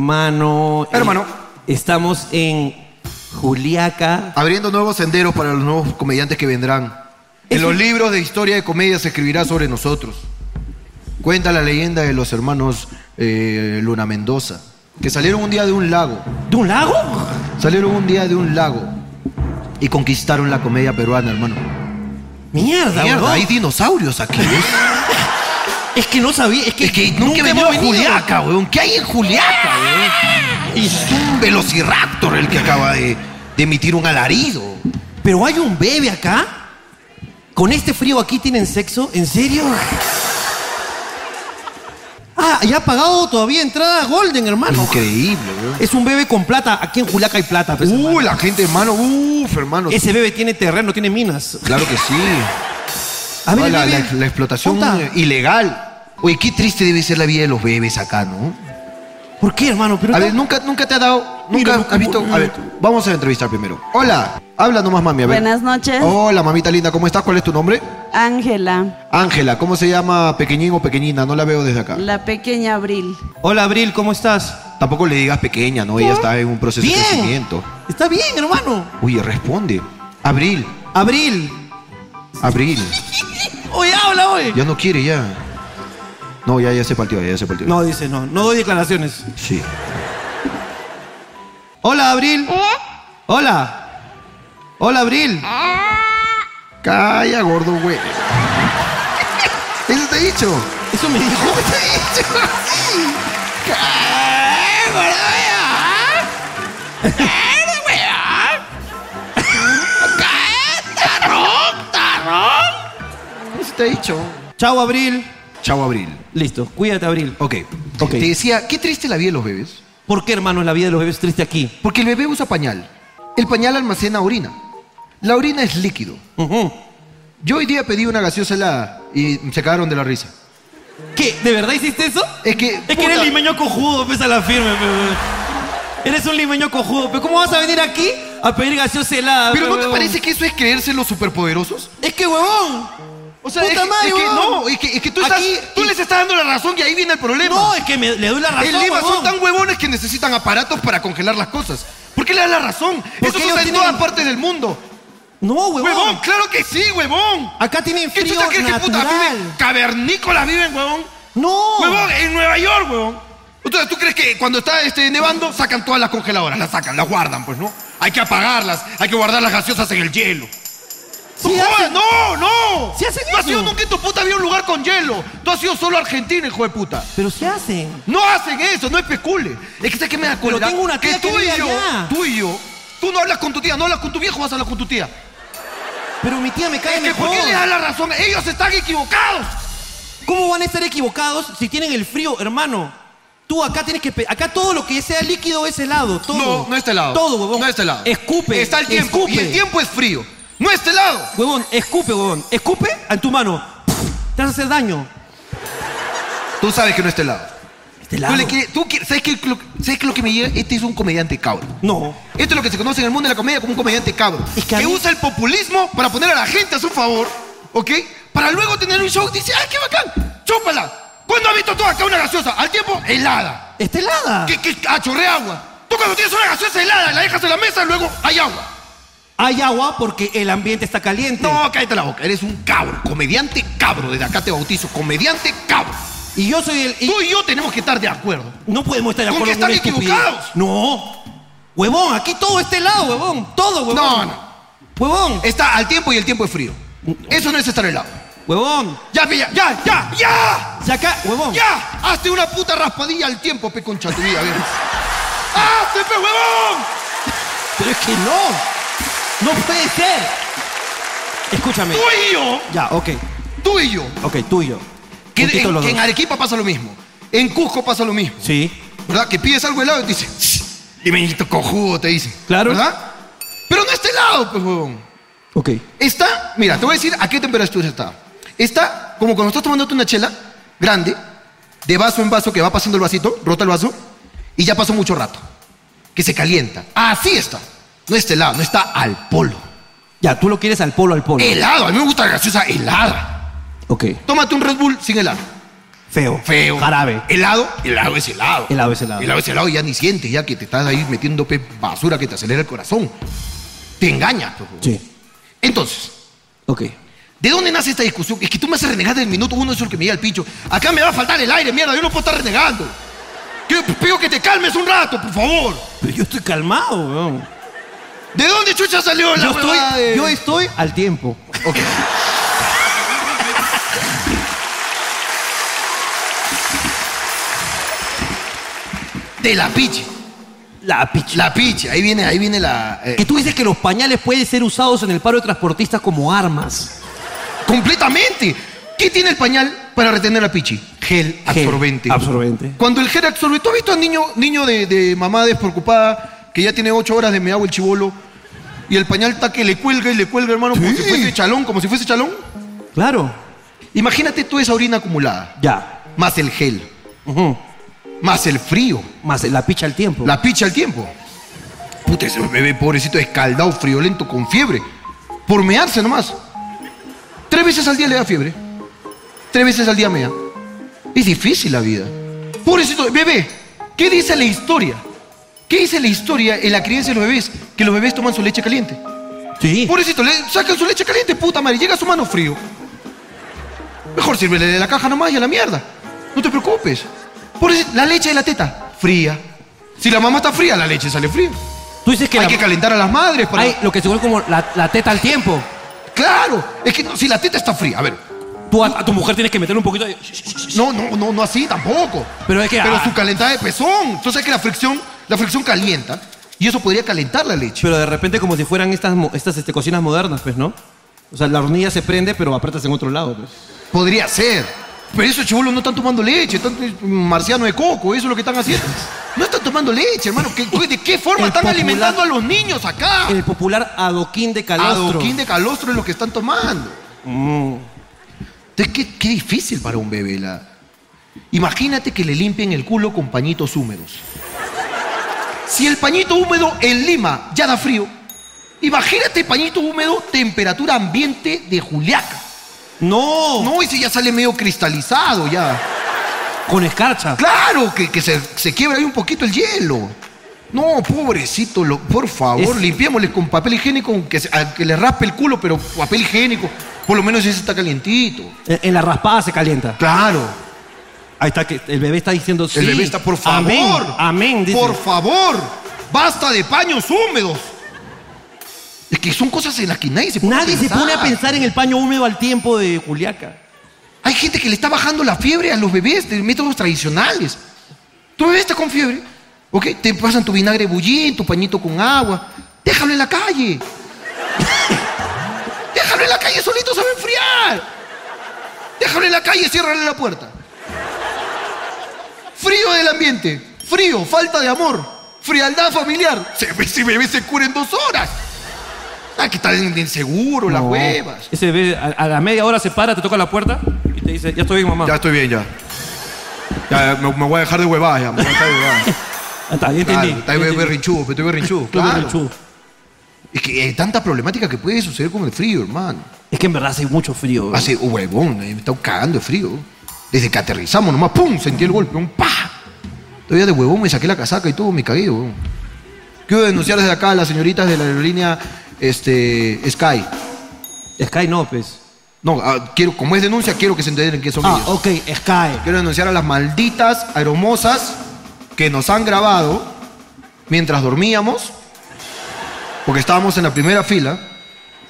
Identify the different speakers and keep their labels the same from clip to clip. Speaker 1: Hermano. eh,
Speaker 2: Hermano.
Speaker 1: estamos en Juliaca.
Speaker 2: Abriendo nuevos senderos para los nuevos comediantes que vendrán. En los libros de historia de comedia se escribirá sobre nosotros. Cuenta la leyenda de los hermanos eh, Luna Mendoza, que salieron un día de un lago.
Speaker 1: ¿De un lago?
Speaker 2: Salieron un día de un lago y conquistaron la comedia peruana, hermano.
Speaker 1: Mierda,
Speaker 2: Mierda,
Speaker 1: huevón.
Speaker 2: hay dinosaurios aquí.
Speaker 1: Es que no sabía. Es que,
Speaker 2: Es que nunca, he venido a Juliaca, weón. ¿Qué hay en Juliaca, weón? Es un velociraptor el que acaba de, de emitir un alarido.
Speaker 1: Pero hay un bebé acá. ¿Con este frío aquí tienen sexo? ¿En serio? Ah, ya ha pagado todavía entrada Golden, hermano.
Speaker 2: Increíble, weón.
Speaker 1: Es un bebé con plata. Aquí en Juliaca hay plata. pues, hermano.
Speaker 2: Uh, la gente, hermano, uff, hermano.
Speaker 1: Ese bebé tiene terreno, tiene minas.
Speaker 2: Claro que sí.
Speaker 1: A
Speaker 2: No,
Speaker 1: ver,
Speaker 2: la,
Speaker 1: el bebé.
Speaker 2: la- la explotación
Speaker 1: ¿Dónde está?
Speaker 2: ilegal. Oye, qué triste debe ser la vida de los bebés acá, ¿no?
Speaker 1: ¿Por qué, hermano? Pero
Speaker 2: A
Speaker 1: está-
Speaker 2: ver, nunca, nunca te ha dado.
Speaker 1: Mira,
Speaker 2: Nunca
Speaker 1: loco,
Speaker 2: has visto. A ver, vamos a entrevistar primero. Hola, habla nomás, mami. A ver.
Speaker 3: Buenas noches.
Speaker 2: Hola, mamita linda, ¿cómo estás? ¿Cuál es tu nombre?
Speaker 3: Ángela,
Speaker 2: Ángela, ¿cómo se llama pequeñín o pequeñina? No la veo desde acá.
Speaker 3: la pequeña Abril.
Speaker 1: Hola, Abril, ¿cómo estás?
Speaker 2: Tampoco le digas pequeña, ¿no? Ella está en un proceso de
Speaker 1: Bien.
Speaker 2: crecimiento.
Speaker 1: Está bien, hermano.
Speaker 2: Oye, responde. Abril,
Speaker 1: Abril.
Speaker 2: Abril.
Speaker 1: Oye, habla, hoy.
Speaker 2: Ya no quiere, ya. No, ya, ya se partió, ya se partió.
Speaker 1: No, dice, no. No doy declaraciones.
Speaker 2: Sí.
Speaker 1: Hola, Abril. Hola. Hola, Abril.
Speaker 2: Calla, gordo, güey. Eso te he dicho.
Speaker 1: Eso me dijo.
Speaker 2: Eso te he dicho.
Speaker 1: Chao, Abril.
Speaker 2: Chao, Abril.
Speaker 1: Listo, cuídate, Abril.
Speaker 2: Ok.
Speaker 1: Ok.
Speaker 2: Te decía, qué triste la vida de los bebés.
Speaker 1: ¿Por qué, hermano, la vida de los bebés es triste aquí?
Speaker 2: Porque el bebé usa pañal. El pañal almacena orina. La orina es líquido.
Speaker 1: Ujú.
Speaker 2: Yo hoy día pedí una gaseosa helada y se cagaron de la risa.
Speaker 1: ¿Qué? ¿De verdad hiciste eso?
Speaker 2: Es que.
Speaker 1: Es que
Speaker 2: puta,
Speaker 1: eres limeño cojudo, pesa la firme, pe, pe. Eres un limeño cojudo, pero ¿cómo vas a venir aquí a pedir gaseosa helada?
Speaker 2: Pero
Speaker 1: pe,
Speaker 2: ¿no te
Speaker 1: Ah, huevón?
Speaker 2: parece que eso es creerse los superpoderosos?
Speaker 1: Es que, huevón.
Speaker 2: O sea,
Speaker 1: Puta
Speaker 2: es, que-
Speaker 1: madre,
Speaker 2: es que
Speaker 1: huevón.
Speaker 2: no, es que, es que tú, estás-
Speaker 1: Aquí-
Speaker 2: tú les estás dando la razón y ahí viene el problema.
Speaker 1: No, es que me, le doy la razón,
Speaker 2: En Lima
Speaker 1: huevón.
Speaker 2: son tan huevones que necesitan aparatos para congelar las cosas. ¿Por qué le das la razón?
Speaker 1: Porque
Speaker 2: Eso
Speaker 1: ellos
Speaker 2: está en
Speaker 1: tienen-
Speaker 2: todas partes del mundo.
Speaker 1: No, huevón.
Speaker 2: ¡Huevón! ¡Claro que sí, huevón!
Speaker 1: Acá tienen
Speaker 2: ¿Qué
Speaker 1: frío
Speaker 2: chucha crees que puta viven?
Speaker 1: natural.
Speaker 2: Cavernícolas viven, huevón.
Speaker 1: No.
Speaker 2: ¡Huevón! En Nueva York, huevón. Entonces, ¿tú crees que cuando está este, nevando sacan todas las congeladoras? Las sacan, las guardan, pues, ¿no? Hay que apagarlas, hay que guardar las gaseosas en el hielo. ¡No
Speaker 1: Sí
Speaker 2: jodas!
Speaker 1: hacen-
Speaker 2: ¡No, no!
Speaker 1: Sí hacen
Speaker 2: no has
Speaker 1: eso.
Speaker 2: ido nunca en tu puta vida a un lugar con hielo. Tú has sido solo a Argentina, hijo de puta.
Speaker 1: Pero se hacen.
Speaker 2: No hacen eso, no especule. Es que sé que me da
Speaker 1: Pero
Speaker 2: cólera
Speaker 1: tengo una tía que
Speaker 2: tú y
Speaker 1: vive
Speaker 2: yo,
Speaker 1: allá.
Speaker 2: tú y yo, tú no hablas con tu tía, no hablas con tu viejo, vas a hablar con tu tía.
Speaker 1: Pero mi tía me cae
Speaker 2: Es que
Speaker 1: mejor.
Speaker 2: ¿Por qué le das la razón? Ellos están equivocados.
Speaker 1: ¿Cómo van a estar equivocados si tienen el frío, hermano? Tú acá tienes que... pe- Acá todo lo que sea líquido es helado, todo.
Speaker 2: No, no está helado.
Speaker 1: Todo, huevón.
Speaker 2: No está helado.
Speaker 1: Escupe.
Speaker 2: Está el tiempo
Speaker 1: escupe.
Speaker 2: y el tiempo es frío. No está helado.
Speaker 1: Huevón, escupe, huevón. Escupe en tu mano. Te vas a hacer daño.
Speaker 2: Tú sabes que no está helado.
Speaker 1: Este
Speaker 2: Tú
Speaker 1: helado.
Speaker 2: le quieres- tú quieres- ¿sabes, qué, lo, ¿Sabes qué es lo que me llega? Este es un comediante cabro.
Speaker 1: No.
Speaker 2: Esto es lo que se conoce en el mundo de la comedia como un comediante cabro.
Speaker 1: Es que a mí-
Speaker 2: usa el populismo para poner a la gente a su favor, ¿ok? Para luego tener un show que dice, ¡ay, qué bacán! ¡Chúpala! ¿Cuándo has visto tú acá una gaseosa? Al tiempo, helada.
Speaker 1: Está helada.
Speaker 2: Que, que achorre agua. Tú cuando tienes una gaseosa helada, la dejas en la mesa, luego hay agua.
Speaker 1: Hay agua porque el ambiente está caliente.
Speaker 2: No, cállate la boca. Eres un cabro. Comediante cabro. Desde acá te bautizo. Comediante cabro.
Speaker 1: Y yo soy el... y-
Speaker 2: Tú y yo tenemos que estar de acuerdo.
Speaker 1: No podemos estar de
Speaker 2: ¿Con
Speaker 1: acuerdo
Speaker 2: qué están
Speaker 1: una estupidez.
Speaker 2: equivocados?
Speaker 1: No. Huevón, aquí todo está helado, huevón. Todo, huevón.
Speaker 2: No, no.
Speaker 1: Huevón.
Speaker 2: Está al tiempo y el tiempo es frío. Eso no es estar helado.
Speaker 1: Huevón.
Speaker 2: Ya, pe, ya, ya, ya, ya,
Speaker 1: Si acá, huevón.
Speaker 2: ya. Hazte una puta raspadilla al tiempo, pe concha tu vida, a ver. ¡Hazte, pe huevón!
Speaker 1: Pero es que no. No puede ser. Escúchame.
Speaker 2: Tú y yo,
Speaker 1: Ya, ok.
Speaker 2: tú y yo.
Speaker 1: Ok, tuyo.
Speaker 2: Que
Speaker 1: Puntito
Speaker 2: en,
Speaker 1: los
Speaker 2: que
Speaker 1: dos.
Speaker 2: en Arequipa pasa lo mismo. En Cusco pasa lo mismo.
Speaker 1: Sí.
Speaker 2: ¿Verdad? Que pides algo helado y te dicen, "Shh, limeñito cojudo, te dicen.
Speaker 1: Claro.
Speaker 2: ¿Verdad? Pero no está helado, pe huevón.
Speaker 1: Ok.
Speaker 2: Está, mira, te voy a decir a qué temperatura está. Está como cuando estás tomándote una chela grande, de vaso en vaso, que va pasando el vasito, rota el vaso, y ya pasó mucho rato, que se calienta. Así está. No está helado, no está al polo.
Speaker 1: Ya, tú lo quieres al polo, al polo.
Speaker 2: Helado, a mí me gusta la gaseosa helada.
Speaker 1: Ok.
Speaker 2: Tómate un Red Bull sin helado.
Speaker 1: Feo.
Speaker 2: Feo.
Speaker 1: Jarabe.
Speaker 2: Helado, helado es helado.
Speaker 1: Helado es helado.
Speaker 2: Helado es helado y ya ni sientes, ya que te estás ahí metiendo pe- basura que te acelera el corazón. Te engaña.
Speaker 1: Sí.
Speaker 2: Entonces,
Speaker 1: Ok.
Speaker 2: ¿de dónde nace esta discusión? Es que tú me haces renegar del minuto uno, eso es lo que me llega al picho. Acá me va a faltar el aire, mierda, yo no puedo estar renegando. Que- pido que te calmes un rato, por favor.
Speaker 1: Pero yo estoy calmado, weón.
Speaker 2: ¿De dónde chucha salió la
Speaker 1: Yo estoy,
Speaker 2: huevada de-
Speaker 1: yo estoy al tiempo.
Speaker 2: Ok. De la piche.
Speaker 1: La picha.
Speaker 2: La piche. Ahí viene, ahí viene la. eh,
Speaker 1: Que tú dices que los pañales pueden ser usados en el paro de transportistas como armas.
Speaker 2: completamente. ¿Qué tiene el pañal para retener la pichi? Gel
Speaker 1: Gel
Speaker 2: absorbente.
Speaker 1: absorbente.
Speaker 2: Cuando el gel absorbente. ¿Tú has visto al niño, niño de, de mamá despreocupada que ya tiene ocho horas de me hago el chivolo? Y el pañal está que le cuelga y le cuelga, hermano, como
Speaker 1: Sí.
Speaker 2: si fuese chalón, como si fuese chalón.
Speaker 1: Claro.
Speaker 2: Imagínate tú esa orina acumulada,
Speaker 1: Ya.
Speaker 2: más el gel,
Speaker 1: Ujú.
Speaker 2: más el frío.
Speaker 1: Más la picha al tiempo.
Speaker 2: La picha al tiempo. Puta, ese bebé pobrecito escaldado, friolento, con fiebre. Por mearse nomás. Tres veces al día le da fiebre. Tres veces al día mea. Es difícil la vida. Pobrecito, bebé, ¿qué dice la historia? ¿Qué dice la historia en la crianza de los bebés? Que los bebés toman su leche caliente.
Speaker 1: Sí.
Speaker 2: Pobrecito, le sacan su leche caliente, puta madre, llega a su mano frío. Mejor sírvele de la caja nomás y a la mierda. No te preocupes. Pobrecito, la leche de la teta, fría. Si la mamá está fría, la leche sale fría.
Speaker 1: Tú dices que,
Speaker 2: Hay
Speaker 1: la-
Speaker 2: que calentar a las madres para.
Speaker 1: hay lo que se conoce como la, la teta al tiempo.
Speaker 2: Claro, es que no, si la teta está fría, a ver.
Speaker 1: Tú a, a tu mujer tienes que meterle un poquito de...
Speaker 2: No, no, no, no así tampoco.
Speaker 1: Pero es que-
Speaker 2: Pero
Speaker 1: ah.
Speaker 2: su calentada de pezón. Tú sabes que la fricción, la fricción calienta. Y eso podría calentar la leche.
Speaker 1: Pero de repente como si fueran estas, mo- estas este, cocinas modernas, pues, ¿no? O sea, la hornilla se prende, pero apretas en otro lado, pues.
Speaker 2: Podría ser. Pero esos chibolos no están tomando leche, están eh, marciano de coco, eso es lo que están haciendo. No están tomando leche, hermano. ¿Qué- ¿De qué forma
Speaker 1: El
Speaker 2: están
Speaker 1: popular-
Speaker 2: alimentando a los niños acá?
Speaker 1: El popular adoquín de Mm. calastro.
Speaker 2: Adoquín de calostro es lo que están tomando. Entonces, qué, qué difícil para un bebé. La... Imagínate que le limpien el culo con pañitos húmedos. Si el pañito húmedo en Lima ya da frío, imagínate pañito húmedo temperatura ambiente de Juliaca.
Speaker 1: No,
Speaker 2: No, ese ya sale medio cristalizado ya.
Speaker 1: con escarcha.
Speaker 2: Claro, que, que se, se quiebra ahí un poquito el hielo. No, pobrecito, lo- por favor,
Speaker 1: Es-
Speaker 2: limpiémosle con papel higiénico, aunque, se- aunque le raspe el culo, pero papel higiénico, por lo menos ese está calientito.
Speaker 1: En, Eh, en la raspada se calienta.
Speaker 2: Claro,
Speaker 1: Ahí está que el bebé está diciendo sí.
Speaker 2: el bebé está, por favor,
Speaker 1: Amén, amén, dice.
Speaker 2: por favor, basta de paños húmedos. Es que son cosas en las que nadie se pone
Speaker 1: Nadie
Speaker 2: a
Speaker 1: se
Speaker 2: pensar.
Speaker 1: pone a pensar en el paño húmedo al tiempo de Juliaca.
Speaker 2: Hay gente que le está bajando la fiebre a los bebés de métodos tradicionales. Tu bebé está con fiebre, ¿ok? Te pasan tu vinagre bullín, tu pañito con agua. Déjalo en la calle. Déjalo en la calle, solito se va a enfriar. Déjalo en la calle, ciérrale la puerta. Frío del ambiente, frío, falta de amor, frialdad familiar. Se, ese bebé se cura en dos horas. Hay Ah, que estar en el seguro, las
Speaker 1: No.
Speaker 2: huevas.
Speaker 1: Ese bebé a, a la media hora se para, te toca la puerta y te dice, ya estoy bien, mamá.
Speaker 2: Ya estoy bien, ya. Ya, me, me voy a dejar de huevadas, ya. Me voy a dejar de huevadas.
Speaker 1: Ah, está, ya entendí.
Speaker 2: Claro, está
Speaker 1: ya entendí.
Speaker 2: berrinchudo, pero estoy berrinchudo.
Speaker 1: Estoy
Speaker 2: claro.
Speaker 1: berrinchudo.
Speaker 2: Es que hay tanta problemática que puede suceder con el frío, hermano.
Speaker 1: Es que en verdad hace mucho frío. bro.
Speaker 2: Hace, oh, huevón, me he estado cagando de frío. Desde que aterrizamos nomás, ¡pum! Sentí el golpe, un pa. Todavía de huevón me saqué la casaca y todo, me cagué, huevón. Quiero denunciar desde acá a las señoritas de la aerolínea este, Sky.
Speaker 1: Sky no, pues.
Speaker 2: No, ah, quiero, como es denuncia, quiero que se enteren que son
Speaker 1: Ah,
Speaker 2: ellas.
Speaker 1: ok, Sky.
Speaker 2: Quiero denunciar a las malditas aeromosas que nos han grabado mientras dormíamos, porque estábamos en la primera fila,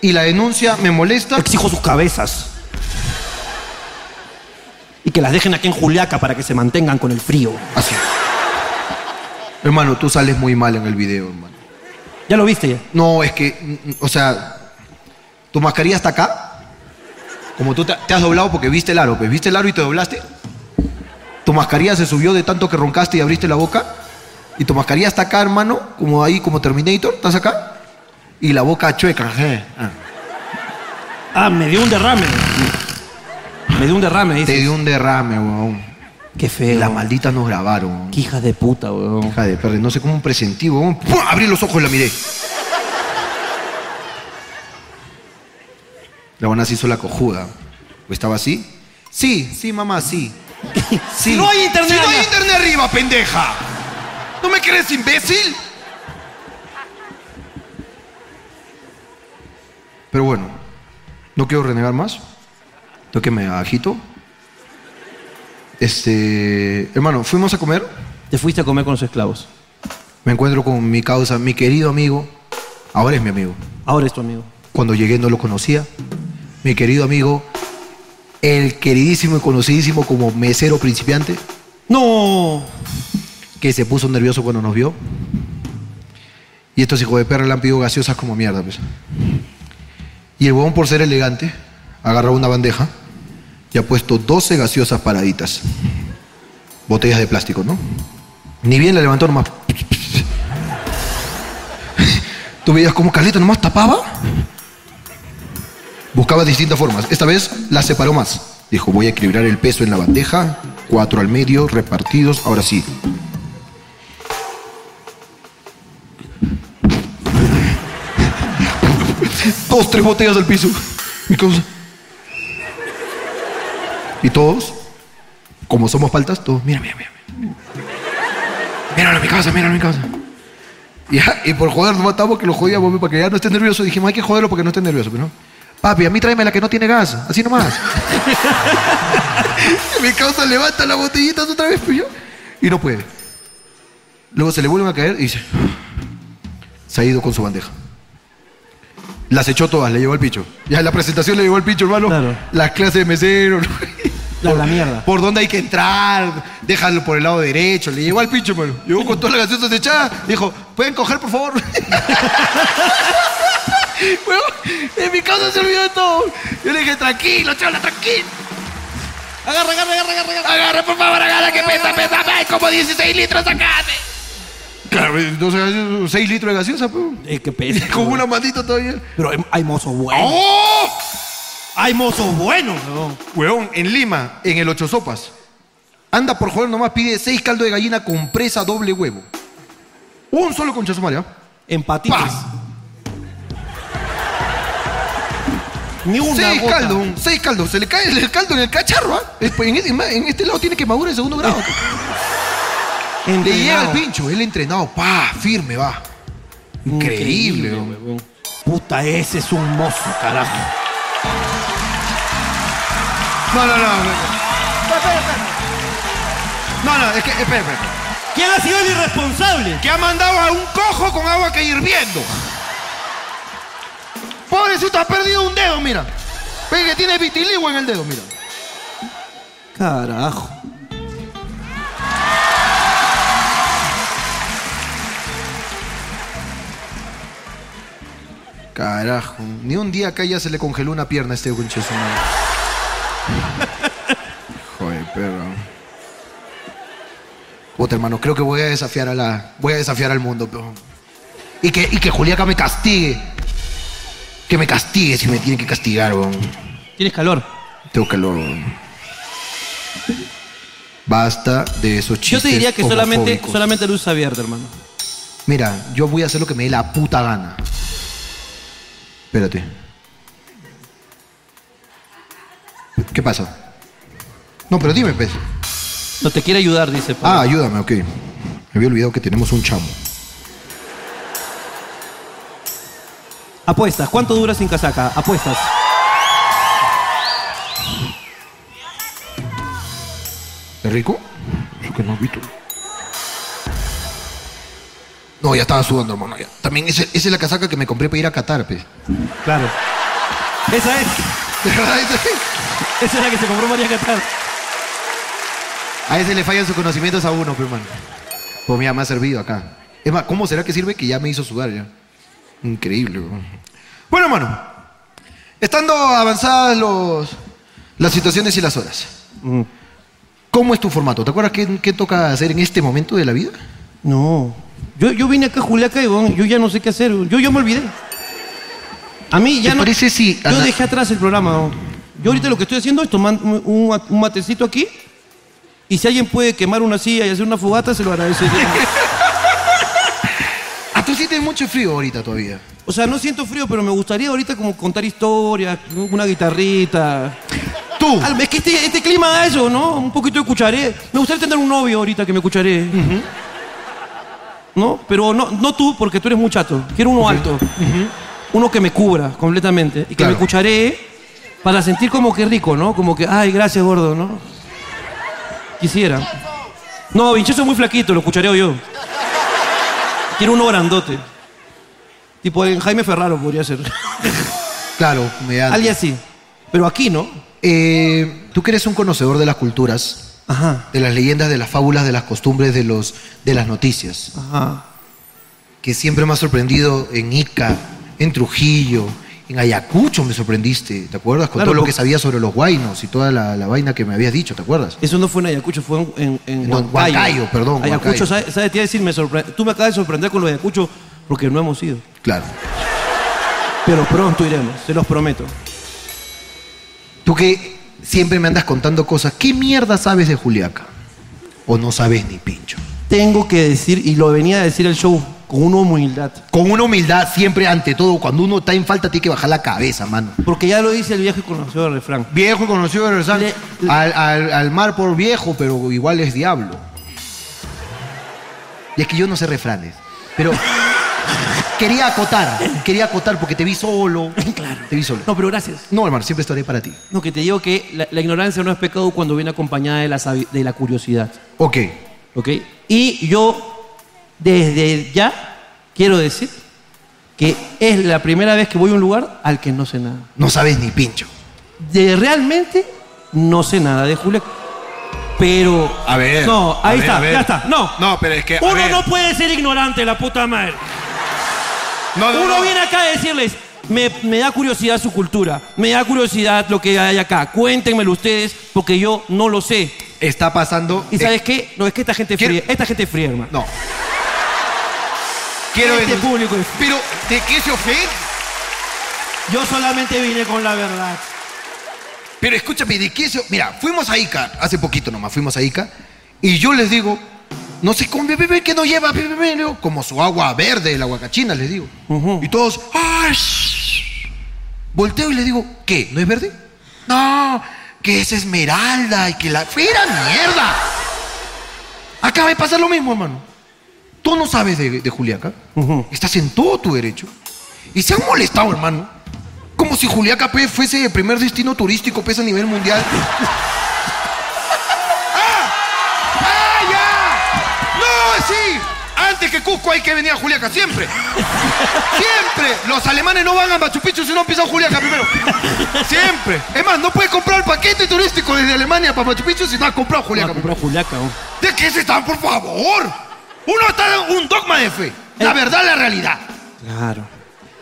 Speaker 2: y la denuncia me molesta.
Speaker 1: Exijo sus cabezas. Y que las dejen aquí en Juliaca para que se mantengan con el frío.
Speaker 2: Así. Hermano, tú sales muy mal en el video, hermano.
Speaker 1: ¿Ya lo viste ya?
Speaker 2: No, es que, mm, mm, o sea, tu mascarilla está acá. Como tú te, te has doblado porque viste el aro, pues viste el aro y te doblaste. Tu mascarilla se subió de tanto que roncaste y abriste la boca. Y tu mascarilla está acá, hermano, como ahí, como Terminator, estás acá. Y la boca chueca. je, ah.
Speaker 1: Ah, me dio un derrame. Me dio un derrame, dice.
Speaker 2: Te dio un derrame, weón.
Speaker 1: Qué
Speaker 2: Y
Speaker 1: feo.
Speaker 2: las malditas nos grabaron. weón.
Speaker 1: Qué hijas de puta, weón.
Speaker 2: Hija de perra, no sé cómo un presentivo. weón. ¡Pum! Abrí los ojos y la miré. La buena se hizo la cojuda. ¿O estaba así? Sí, sí, mamá, sí.
Speaker 1: Si no hay internet
Speaker 2: Si no hay
Speaker 1: allá.
Speaker 2: internet arriba, pendeja. ¿No me crees imbécil? Pero bueno, no quiero renegar más. Tengo que me agito. Este, hermano, fuimos a comer.
Speaker 1: Te fuiste a comer con los esclavos.
Speaker 2: Me encuentro con mi causa, mi querido amigo. Ahora es mi amigo.
Speaker 1: Ahora es tu amigo.
Speaker 2: Cuando llegué no lo conocía. Mi querido amigo, el queridísimo y conocidísimo como mesero principiante,
Speaker 1: No.
Speaker 2: que se puso nervioso cuando nos vio. Y estos hijos de perra le han pedido gaseosas como mierda, pues. Y el huevón, por ser elegante, agarró una bandeja y ha puesto 12 gaseosas paraditas. Botellas de plástico, ¿no? Ni bien la levantó nomás. Tú veías como Caleta nomás tapaba. Buscaba distintas formas. Esta vez la separó más. Dijo, voy a equilibrar el peso en la bandeja. Cuatro al medio, repartidos. Ahora sí, dos, tres botellas al piso. Mi causa. Y todos, como somos faltas, todos, mira, mira, mira. mira. Míralo a mi casa, míralo a mi casa. Y, ya, y por joder, nos matamos que lo jodíamos para que ya no esté nervioso. Dijimos, hay que joderlo para que no esté nervioso. Pero no. Papi, a mí tráeme la que no tiene gas, así nomás. Y mi causa levanta las botellitas otra vez, pues, yo, y no puede. Luego se le vuelven a caer y dice, se ha ido con su bandeja. Las echó todas, le llevó al picho. Ya la presentación le llevó al picho, hermano.
Speaker 1: Claro.
Speaker 2: Las clases de mesero.
Speaker 1: La- la mierda.
Speaker 2: Por dónde hay que entrar, déjalo por el lado derecho. Le llegó al pinche, hermano. Llegó con todas las gaseosas echadas. Dijo, ¿pueden coger, por favor? Huevón, en mi casa se olvidó de todo. Yo le dije, tranquilo, chaval, tranquilo.
Speaker 1: Agarra, agarra, agarra, agarra. agarra.
Speaker 2: Agarra, por favor, agarra, que pesa, pesa, ay, como 16 litros, sacate. Claro, pues, entonces 6 litros de gaseosa, pues.
Speaker 1: Eh, qué pesa.
Speaker 2: Con una maldita todavía.
Speaker 1: Pero hay, hay mozos buenos.
Speaker 2: ¡Oh!
Speaker 1: Hay mozos buenos. huevón.
Speaker 2: Huevón, en Lima, en el Ocho Sopas. Anda por joder nomás, pide seis caldo de gallina con presa doble huevo. Un solo concha sumaria.
Speaker 1: Empatitas. Ni una
Speaker 2: Seis
Speaker 1: gota.
Speaker 2: caldo, seis caldo. Se le cae el caldo en el cacharro, ¿ah? Es- En, este- en este lado tiene quemadura de segundo grado. le
Speaker 1: Entrenado.
Speaker 2: llega al pincho, él entrenado, pa, firme, va. Increíble, huevón.
Speaker 1: huevón. Puta, ese es un mozo, carajo.
Speaker 2: No, no, no. no. Espera, espera, espera. No, no, es que, espera, espera.
Speaker 1: ¿Quién ha sido el irresponsable?
Speaker 2: que ha mandado a un cojo con agua que hirviendo. Pobrecito, ha perdido un dedo, mira. Ve que tiene vitiligo en el dedo, mira.
Speaker 1: Carajo.
Speaker 2: Carajo, ni un día acá ya se le congeló una pierna a este conchazo. Joder, perro. Puta, hermano, creo que voy a desafiar a la. Voy a desafiar al mundo, pero. Y que, y que Juliaca me castigue. Que me castigue si me tiene que castigar, weón.
Speaker 1: Tienes calor.
Speaker 2: Tengo calor. Basta de esos
Speaker 1: Yo
Speaker 2: chistes.
Speaker 1: te diría que solamente,
Speaker 2: homofóbicos.
Speaker 1: solamente luz abierta, hermano.
Speaker 2: Mira, yo voy a hacer lo que me dé la puta gana. Espérate. ¿Qué pasa? No, pero dime, pez.
Speaker 1: No te quiere ayudar, dice. pues.
Speaker 2: Ah,
Speaker 1: Pablo.
Speaker 2: ayúdame, ok. Me había olvidado que tenemos un chamo.
Speaker 1: Apuestas. ¿Cuánto dura sin casaca? Apuestas.
Speaker 2: ¿Es rico? Eso que no he visto. No, ya estaba sudando, hermano. ya. También ese- esa es la casaca que me compré para ir a Qatar, pez.
Speaker 1: Claro. Esa es.
Speaker 2: De verdad, esa es.
Speaker 1: Esa es la que se compró María Catar.
Speaker 2: A ese le fallan sus conocimientos a uno, pero hermano. Pues mira, me ha servido acá. Es más, ¿cómo será que sirve que ya me hizo sudar ya? Increíble, weón. Bueno, hermano. Estando avanzadas los, las situaciones y las horas,
Speaker 1: Mm.
Speaker 2: ¿cómo es tu formato? ¿Te acuerdas qué, qué toca hacer en este momento de la vida?
Speaker 1: No. Yo, yo vine acá a Juliaca y bueno, yo ya no sé qué hacer. Yo ya me olvidé. A mí ya
Speaker 2: ¿Te
Speaker 1: no.
Speaker 2: parece si
Speaker 1: Yo
Speaker 2: ana-
Speaker 1: dejé atrás el programa. ¿no? Yo ahorita lo que estoy haciendo es tomar un, un- un matecito aquí. Y si alguien puede quemar una silla y hacer una fogata, se lo agradecería.
Speaker 2: Ah, tú sientes mucho frío ahorita todavía.
Speaker 1: O sea, no siento frío, pero me gustaría ahorita como contar historias, una guitarrita.
Speaker 2: Tú.
Speaker 1: Al- Es que este, este clima da eso, ¿no? Un poquito de cucharé. Me gustaría tener un novio ahorita que me cucharé. ¿No? Pero no, no tú, porque tú eres muy chato. Quiero uno alto. Uno que me cubra completamente. Y que
Speaker 2: Claro.
Speaker 1: me cucharé para sentir como que rico, ¿no? Como que, ay, gracias, gordo, ¿no? Quisiera. No, Vincenzo es muy flaquito, lo cuchareo yo. Quiero uno grandote. Tipo en Jaime Ferraro podría ser.
Speaker 2: Claro, comediante.
Speaker 1: Alguien así. Pero aquí, ¿no?
Speaker 2: Eh, tú que eres un conocedor de las culturas,
Speaker 1: Ajá.
Speaker 2: de las leyendas, de las fábulas, de las costumbres, de, los, de las noticias,
Speaker 1: Ajá.
Speaker 2: que siempre me has sorprendido en Ica, en Trujillo, en Ayacucho me sorprendiste, ¿te acuerdas? Con
Speaker 1: Claro,
Speaker 2: todo lo que
Speaker 1: porque-
Speaker 2: sabías sobre los guainos y toda la, la vaina que me habías dicho, ¿te acuerdas?
Speaker 1: Eso no fue en Ayacucho, fue en, en, en
Speaker 2: No,
Speaker 1: Huancayo.
Speaker 2: Huancayo, perdón, Huancayo.
Speaker 1: Ayacucho, ¿sabes? Sabe, te iba a decir, me sorpre- tú me acabas de sorprender con lo de Ayacucho porque no hemos ido.
Speaker 2: Claro.
Speaker 1: Pero pronto iremos, se los prometo.
Speaker 2: Tú que siempre me andas contando cosas, ¿qué mierda sabes de Juliaca? O no sabes ni pincho.
Speaker 1: Tengo que decir, y lo venía a decir el show con una humildad,
Speaker 2: Con una humildad siempre ante todo, cuando uno está en falta tiene que bajar la cabeza, mano.
Speaker 1: porque ya lo dice el viejo y conocido del refrán.
Speaker 2: Viejo y conocido de regresar
Speaker 1: Le-
Speaker 2: al, al- al mar por viejo, pero igual es diablo. Y es que yo no sé refranes, pero quería acotar, quería acotar porque te vi solo. Claro. Te vi solo.
Speaker 1: No, pero gracias.
Speaker 2: No, hermano, siempre estaré para ti.
Speaker 1: No, que te digo que la, la ignorancia no es pecado cuando viene acompañada de la, sabi- de la curiosidad.
Speaker 2: Ok.
Speaker 1: ¿Ok? Y yo, desde ya, quiero decir que es la primera vez que voy a un lugar al que no sé nada.
Speaker 2: No sabes ni pincho.
Speaker 1: De realmente no sé nada de Julia. Pero.
Speaker 4: A ver.
Speaker 1: No,
Speaker 4: a
Speaker 1: ahí
Speaker 4: ver,
Speaker 1: está,
Speaker 4: a ver.
Speaker 1: ya está. No.
Speaker 4: No, pero es que. a
Speaker 1: Uno
Speaker 4: ver.
Speaker 1: no puede ser ignorante, la puta madre.
Speaker 4: No, no,
Speaker 1: Uno
Speaker 4: no.
Speaker 1: viene acá a decirles. Me, me da curiosidad su cultura, me da curiosidad lo que hay acá. Cuéntenmelo ustedes, porque yo no lo sé.
Speaker 2: Está pasando.
Speaker 1: ¿Y sabes qué? No, es que esta gente es
Speaker 2: Quiero-
Speaker 1: fría. Esta gente es fría, hermano.
Speaker 2: No.
Speaker 4: Quiero
Speaker 1: este
Speaker 4: denun-
Speaker 1: público es-
Speaker 4: Pero, ¿de qué se ofende?
Speaker 1: Yo solamente vine con la verdad.
Speaker 2: Pero escúchame, ¿de qué se- Mira, fuimos a Ica, hace poquito nomás, fuimos a Ica, y yo les digo, no sé con bebé que no lleva, bebé, bebé, le digo, como su agua verde, el aguacachina, les digo. Y todos, ¡ay! Volteo y les digo, ¿qué? ¿No es verde? No, que es esmeralda y que la. ¡Fuera mierda! Acaba de pasar lo mismo, hermano. Tú no sabes de, de Juliaca.
Speaker 1: Ujú.
Speaker 2: Estás en todo tu derecho. Y se han molestado, hermano. Como si Juliaca pe, fuese el primer destino turístico pesa a nivel mundial.
Speaker 4: ¡Ah, ya! ¡No, sí! Antes que Cusco hay que venir a Juliaca, siempre.
Speaker 2: Siempre. Los alemanes no van a Machu Picchu si no pisan Juliaca primero. Siempre. Es más, no puedes comprar el paquete turístico desde Alemania para Machu Picchu si no has comprado
Speaker 1: Voy a
Speaker 2: Juliaca.
Speaker 1: comprar Juliaca. ¿no?
Speaker 2: ¿De qué se están, por favor? Uno está en un dogma de fe. La verdad, la realidad.
Speaker 1: Claro.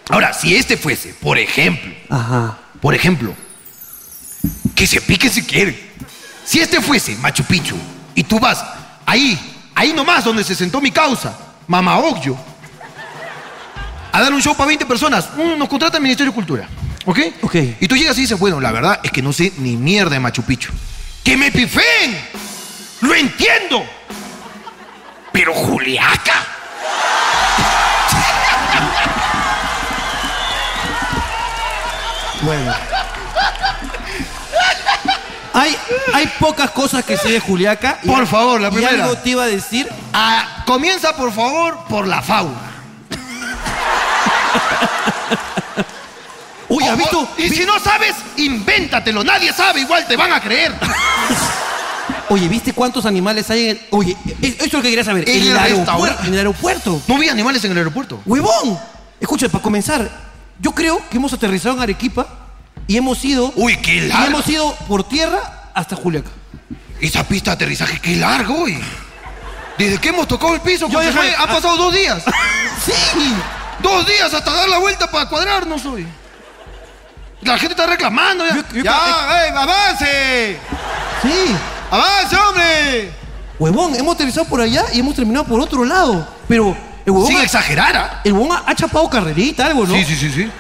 Speaker 2: Ahora, si este fuese, por ejemplo,
Speaker 1: Ajá.
Speaker 2: por ejemplo, que se piquen si quieren. Si este fuese Machu Picchu y tú vas ahí, ahí nomás donde se sentó mi causa, Mama Ogyo, a dar un show para 20 personas, mm, nos contrata el Ministerio de Cultura, ¿ok?
Speaker 1: Ok.
Speaker 2: Y tú llegas y dices, bueno, la verdad es que no sé ni mierda de Machu Picchu. ¡Que me pifeen! ¡Lo entiendo! Pero Juliaca.
Speaker 1: Bueno. Hay, hay pocas cosas que sé de Juliaca. y-
Speaker 2: Por favor, la
Speaker 1: y
Speaker 2: primera.
Speaker 1: algo te iba a decir.
Speaker 2: Ah, comienza, por favor, por la fauna.
Speaker 1: Uy, ¿has
Speaker 2: Ojo,
Speaker 1: visto?
Speaker 2: Y
Speaker 1: Vi-
Speaker 2: si no sabes, invéntatelo. Nadie sabe, igual te van a creer.
Speaker 1: Oye, ¿viste cuántos animales hay en el. Oye, e- eso es lo que quería saber.
Speaker 2: En
Speaker 1: En el,
Speaker 2: el
Speaker 1: aeropuerto,
Speaker 2: restaurante.
Speaker 1: en el aeropuerto.
Speaker 2: No vi animales en el aeropuerto.
Speaker 1: ¡Huevón! Escucha, para comenzar, yo creo que hemos aterrizado en Arequipa y hemos ido.
Speaker 2: Uy, qué
Speaker 1: y
Speaker 2: largo.
Speaker 1: hemos ido por tierra hasta Juliaca.
Speaker 2: Esa pista de aterrizaje, qué largo, güey. Desde que hemos tocado el piso,
Speaker 1: Yo
Speaker 2: José
Speaker 1: dejé-
Speaker 2: Fe, han
Speaker 1: ah.
Speaker 2: pasado dos días.
Speaker 1: ¡Sí!
Speaker 2: dos días hasta dar la vuelta para cuadrarnos, hoy. La gente está reclamando ya.
Speaker 1: Yo- yo-
Speaker 4: ¡Ya! ey, avance!
Speaker 1: ¡Sí!
Speaker 4: ¡Avance, hombre!
Speaker 1: Huevón, hemos aterrizado por allá y hemos terminado por otro lado. Pero el huevón,
Speaker 2: Sin
Speaker 1: ha-
Speaker 2: exagerar, ¿ah?
Speaker 1: el huevón ha, ha chapado carrerita, algo, ¿no?
Speaker 2: sí, sí.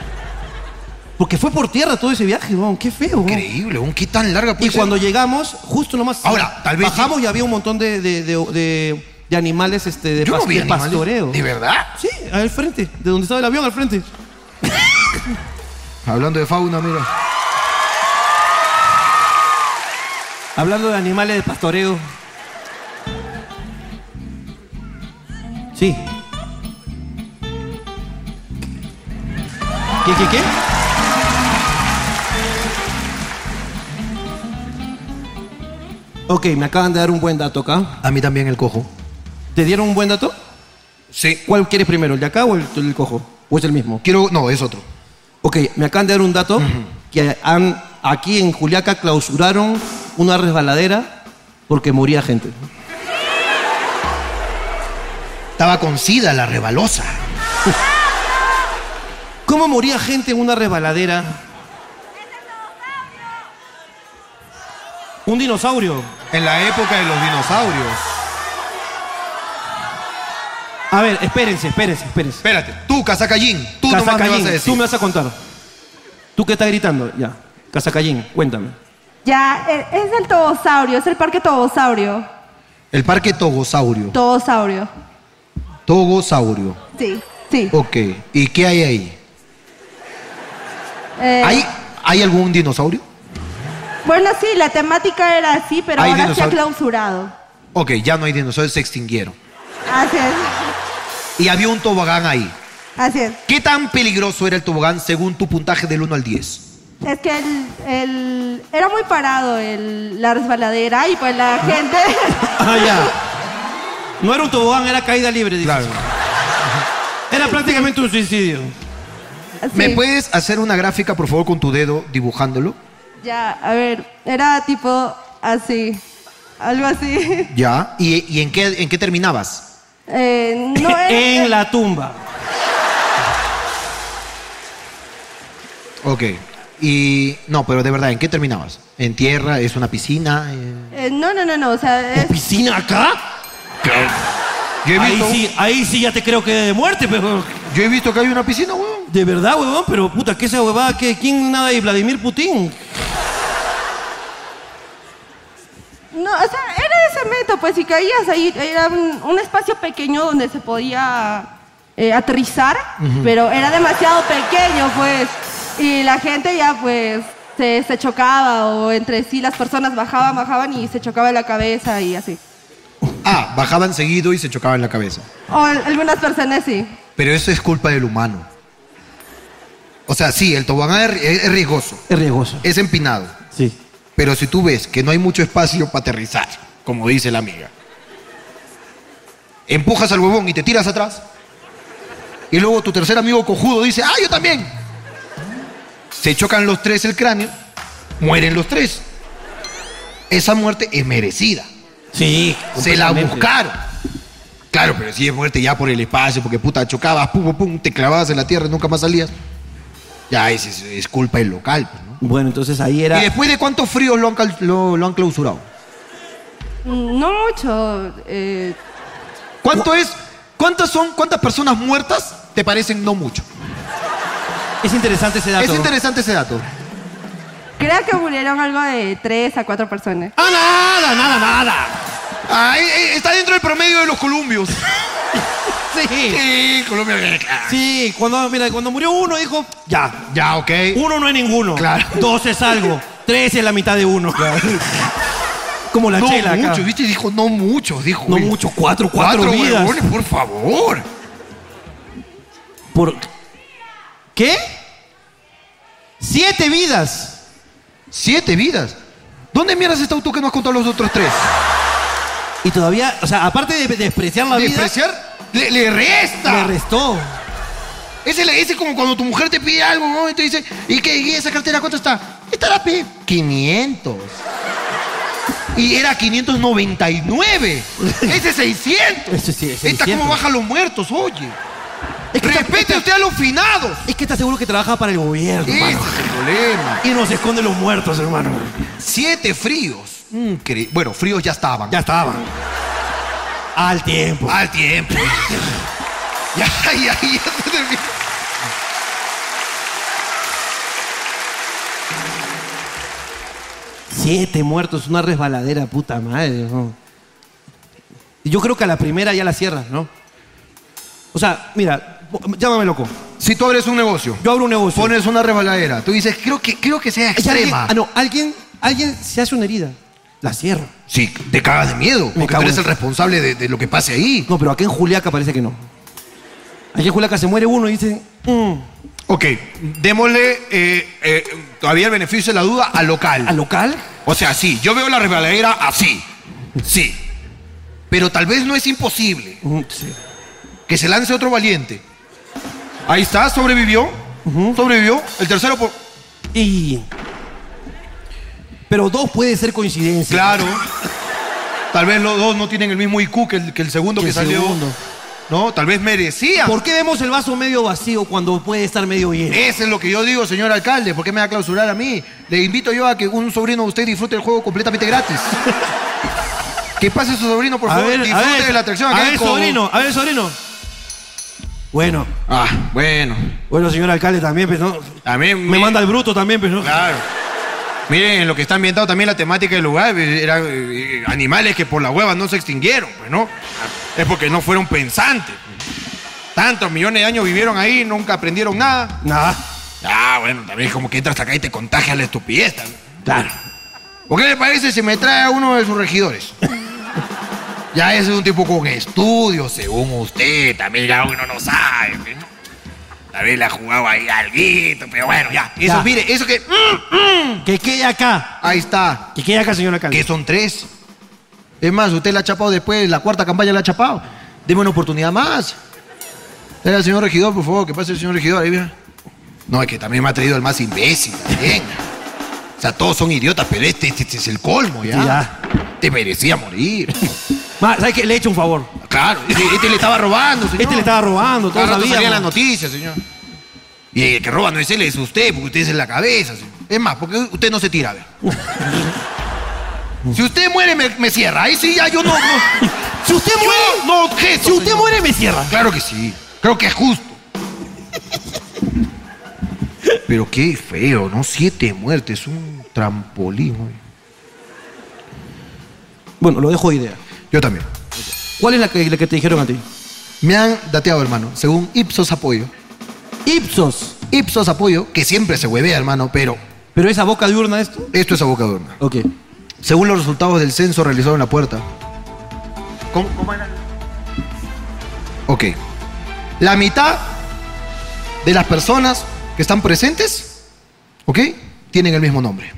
Speaker 1: Porque fue por tierra todo ese viaje, huevón. Qué feo, huevón.
Speaker 2: Increíble, un qué tan larga puede
Speaker 1: Y
Speaker 2: ser?
Speaker 1: cuando llegamos, justo nomás.
Speaker 2: Ahora, tal vez
Speaker 1: Bajamos y había un montón de, de, de- de- de animales este, de,
Speaker 2: Yo no
Speaker 1: pas-
Speaker 2: vi
Speaker 1: de
Speaker 2: animales.
Speaker 1: pastoreo.
Speaker 2: ¿De verdad?
Speaker 1: Sí, al frente, de donde estaba el avión, al frente.
Speaker 2: Hablando de fauna, mira.
Speaker 1: Hablando de animales de pastoreo. Sí. ¿Qué, qué, qué? Ok, me acaban de dar un buen dato acá.
Speaker 2: A mí también el cojo.
Speaker 1: ¿Te dieron un buen dato?
Speaker 2: Sí.
Speaker 1: ¿Cuál quieres primero, el de acá o el, el cojo? ¿O es el mismo?
Speaker 2: Quiero. No, es otro.
Speaker 1: Ok, me acaban de dar un dato que han, aquí en Juliaca clausuraron una resbaladera porque moría gente.
Speaker 2: Estaba con sida, la rebalosa.
Speaker 1: ¿Cómo moría gente en una resbaladera? Un dinosaurio.
Speaker 5: En la época de los dinosaurios.
Speaker 1: A ver, espérense, espérense, espérense.
Speaker 5: Espérate,
Speaker 2: Tú, Cazacallín, tú nomás me vas
Speaker 1: Cazacallín,
Speaker 2: a decir.
Speaker 1: tú me vas a contar. Tú que estás gritando, ya. Cazacallín, cuéntame.
Speaker 6: Ya, e- es el tobosaurio, es el parque tobosaurio.
Speaker 2: El parque Togosaurio.
Speaker 6: Tobosaurio.
Speaker 2: Togosaurio.
Speaker 6: Sí, sí.
Speaker 2: Ok. ¿Y qué hay ahí?
Speaker 6: Eh,
Speaker 2: ¿Hay, ¿Hay algún dinosaurio?
Speaker 6: Bueno, sí, la temática era así, pero
Speaker 2: Hay
Speaker 6: ahora se ha
Speaker 2: dinosaurio-
Speaker 6: clausurado.
Speaker 2: Ok, ya no hay dinosaurios, se extinguieron.
Speaker 6: Así es,
Speaker 2: Y había un tobogán ahí.
Speaker 6: así es.
Speaker 2: ¿Qué tan peligroso era el tobogán según tu puntaje del 1 al 10?
Speaker 6: Es que el, el- era muy parado el, la resbaladera y pues la gente...
Speaker 1: Ah, ya. No era un tobogán, era caída libre. dices.
Speaker 5: claro.
Speaker 1: Era prácticamente un suicidio.
Speaker 2: ¿Me
Speaker 6: Sí.
Speaker 2: puedes hacer una gráfica, por favor, con tu dedo dibujándolo?
Speaker 6: Ya, a ver, era tipo así, algo así.
Speaker 2: Ya. ¿Y, y en, qué, en qué terminabas?
Speaker 6: Eh, no era...
Speaker 1: en la tumba.
Speaker 2: Ok. Y no, pero de verdad, ¿en qué terminabas? ¿En tierra? ¿Es una piscina? Eh,
Speaker 6: eh, no, no, no, no, o sea, es-
Speaker 1: ¿Piscina acá?
Speaker 5: Yo he
Speaker 1: Ahí
Speaker 5: visto,
Speaker 1: sí, ahí sí ya te creo que de muerte, pero.
Speaker 2: Yo he visto que hay una piscina, weón.
Speaker 1: De verdad, huevón, pero puta, ¿qué esa huevada? ¿Qué? ¿Quién nada y Vladimir Putin?
Speaker 6: No, o sea, era de cemento, pues si caías ahí, era un, un espacio pequeño donde se podía eh, aterrizar, pero era demasiado pequeño, pues. Y la gente ya, pues, se, se chocaba o entre sí las personas bajaban, bajaban y se chocaba la cabeza y así.
Speaker 2: Ah, bajaban seguido y se chocaban la cabeza.
Speaker 6: O al- algunas personas sí.
Speaker 2: Pero eso es culpa del humano. O sea, sí, el tobogán es- es riesgoso,
Speaker 1: Es riesgoso.
Speaker 2: es empinado.
Speaker 1: Sí.
Speaker 2: Pero si tú ves que no hay mucho espacio para aterrizar, como dice la amiga, empujas al huevón y te tiras atrás. Y luego tu tercer amigo cojudo dice, ¡ah, yo también! Se chocan los tres el cráneo, mueren los tres. Esa muerte es merecida.
Speaker 1: Sí.
Speaker 2: Se la
Speaker 1: completamente.
Speaker 2: buscaron. Claro, pero si es muerte ya por el espacio, porque puta, chocabas, pum, pum, pum, te clavabas en la tierra y nunca más salías. Ya, es, es- es culpa del local. pues, ¿no?
Speaker 1: Bueno, entonces ahí era.
Speaker 2: ¿Y después de cuántos fríos lo han, cal- lo- lo han clausurado?
Speaker 6: Mm, No mucho. eh,
Speaker 2: ¿Cuánto es? ¿Cuántas son? ¿Cuántas personas muertas te parecen no mucho?
Speaker 1: Es interesante ese dato.
Speaker 2: Es interesante ese dato.
Speaker 6: creo que murieron algo de tres a cuatro personas.
Speaker 2: ¡Ah, nada, nada, nada! Ah, eh, eh, está dentro del promedio de los colombios.
Speaker 1: Sí.
Speaker 2: Sí, Colombia. ah,
Speaker 1: Sí, cuando, mira, cuando murió uno dijo, ya.
Speaker 2: Ya, ok.
Speaker 1: Uno no hay ninguno.
Speaker 2: Claro.
Speaker 1: Dos es algo. Tres es la mitad de uno. Como la
Speaker 2: No
Speaker 1: chela acá.
Speaker 2: mucho, ¿viste? Dijo no mucho, dijo.
Speaker 1: No
Speaker 2: "Oye,
Speaker 1: mucho, cuatro, cuatro vidas".
Speaker 2: huevones, por favor.
Speaker 1: Por... ¿Qué? Siete vidas.
Speaker 2: Siete vidas. ¿Dónde mierdas estás tú que no has contado los otros tres?
Speaker 1: Y todavía, o sea, aparte de despreciar la vida,
Speaker 2: ¿Despreciar? Le, le
Speaker 1: me
Speaker 2: resta.
Speaker 1: restó.
Speaker 2: Ese le- ese es como cuando tu mujer te pide algo, ¿no? Y te dice, ¿y qué? ¿Y esa cartera cuánto está? Estará P. 500. Y era 599. Ese es 600.
Speaker 1: Eso sí, es
Speaker 2: Esta
Speaker 1: 600.
Speaker 2: cómo baja los muertos, oye.
Speaker 1: Es que está-
Speaker 2: Respete usted a los finados.
Speaker 1: Es que está seguro que trabaja para el gobierno,
Speaker 2: Ese
Speaker 1: hermano.
Speaker 2: es el problema.
Speaker 1: Y nos esconde los muertos, hermano.
Speaker 2: Siete fríos. Incre- bueno, fríos ya estaban.
Speaker 1: Ya estaban. Al tiempo.
Speaker 2: Al tiempo. ya, ya, ya se terminó.
Speaker 1: Siete muertos, una resbaladera, puta madre. ¿no? Yo creo que a la primera ya la cierras, ¿no? O sea, mira, llámame loco.
Speaker 2: Si tú abres un negocio,
Speaker 1: Yo abro un negocio.
Speaker 2: pones una rebaladera, tú dices, creo que, creo que sea
Speaker 1: Es alguien-
Speaker 2: extrema.
Speaker 1: ah, no, alguien, alguien se hace una herida. la cierro.
Speaker 2: Sí, te cagas de miedo, porque tú
Speaker 1: cago
Speaker 2: eres
Speaker 1: en-
Speaker 2: el responsable de, de lo que pase ahí.
Speaker 1: No, pero aquí en Juliaca parece que no. Aquí en Juliaca se muere uno y dicen, "Mm,
Speaker 4: Ok, démosle eh, eh, todavía el beneficio de la duda al local.
Speaker 1: ¿al local?
Speaker 4: O sea, sí, yo veo la resbaladera así. Sí.
Speaker 2: Pero tal vez no es imposible
Speaker 1: Mm, sí.
Speaker 2: que se lance otro valiente.
Speaker 4: Ahí está, sobrevivió. Sobrevivió. El tercero por.
Speaker 1: Y... Pero dos puede ser coincidencia.
Speaker 4: Claro. Tal vez los dos no tienen el mismo IQ que el, que el segundo
Speaker 1: Que
Speaker 4: que,
Speaker 1: el
Speaker 4: salió.
Speaker 1: segundo.
Speaker 4: No, tal vez merecía.
Speaker 1: ¿Por qué vemos el vaso medio vacío cuando puede estar medio lleno?
Speaker 2: Eso es lo que yo digo, señor alcalde. ¿Por qué me va a clausurar a mí? Le invito yo a que un sobrino de usted disfrute el juego completamente gratis. que pase su sobrino, por
Speaker 1: a
Speaker 2: favor.
Speaker 1: ver, a
Speaker 2: disfrute
Speaker 1: ver,
Speaker 2: de la atracción.
Speaker 1: a
Speaker 2: acá
Speaker 1: ver,
Speaker 2: con-
Speaker 1: sobrino, a ver, sobrino. Bueno,
Speaker 2: Ah, bueno.
Speaker 1: bueno, señor alcalde también, pues, ¿no?
Speaker 4: También
Speaker 1: Me manda el bruto también, pues, ¿no?
Speaker 4: Claro. Miren, en lo que está ambientado también la temática del lugar, eh, era eh, animales que por la hueva no se extinguieron, pues, ¿no? Es porque no fueron pensantes. Tantos millones de años vivieron ahí, nunca aprendieron nada.
Speaker 1: Nada.
Speaker 4: Ah, bueno, también es como que entras acá y te contagias la estupidez. también.
Speaker 1: Claro.
Speaker 2: ¿O qué le parece si me trae a uno de sus regidores? ya ese es un tipo con estudios, según usted. También ya uno no sabe. pues, ¿no?
Speaker 4: Tal vez la jugaba ahí alguito, pero bueno, ya.
Speaker 2: Eso,
Speaker 1: Ya.
Speaker 2: mire, eso que... mm,
Speaker 1: Que quede acá.
Speaker 2: Ahí está.
Speaker 1: Que quede acá, señor alcalde.
Speaker 2: que son tres. Es más, usted la ha chapado después, la cuarta campaña la ha chapado. Deme una oportunidad más. Dale al señor regidor, por favor, que pase el señor regidor. Ahí mira.
Speaker 4: No, es que también me ha traído el más imbécil también. O sea, todos son idiotas, pero este, este- este es el colmo, ya.
Speaker 1: Sí, ya.
Speaker 4: Te merecía morir.
Speaker 1: Ma, ¿Sabes qué? Le he hecho un favor.
Speaker 4: Claro, este, este le estaba robando, señor.
Speaker 1: Este le estaba robando, todos
Speaker 4: Cada rato salía en las
Speaker 1: sabíamos.
Speaker 4: noticias, señor. Y el que roba no es él, es usted, porque usted es en la cabeza, señor.
Speaker 2: Es más, porque usted no se tira, a ver. Si usted muere, me, me cierra. Ahí sí, ya yo no. no-
Speaker 1: Si usted
Speaker 2: yo
Speaker 1: muere,
Speaker 2: no objeto,
Speaker 1: si usted
Speaker 2: señor.
Speaker 1: muere, me cierra.
Speaker 2: Claro que sí. Creo que es justo. Pero qué feo, ¿no? Siete muertes, un trampolín. güey.
Speaker 1: Bueno, lo dejo de idea.
Speaker 2: Yo también.
Speaker 1: ¿Cuál es la que, la que te dijeron a ti?
Speaker 2: Me han dateado, hermano, según Ipsos Apoyo.
Speaker 1: Ipsos.
Speaker 2: Ipsos apoyo, que siempre se huevea, hermano, pero
Speaker 1: ¿Pero esa boca diurna esto?
Speaker 2: esto es abocadurna.
Speaker 1: Ok.
Speaker 2: Según los resultados del censo realizado en la puerta. ¿Cómo, Ok. La mitad de las personas que están presentes, ¿ok? Tienen el mismo nombre.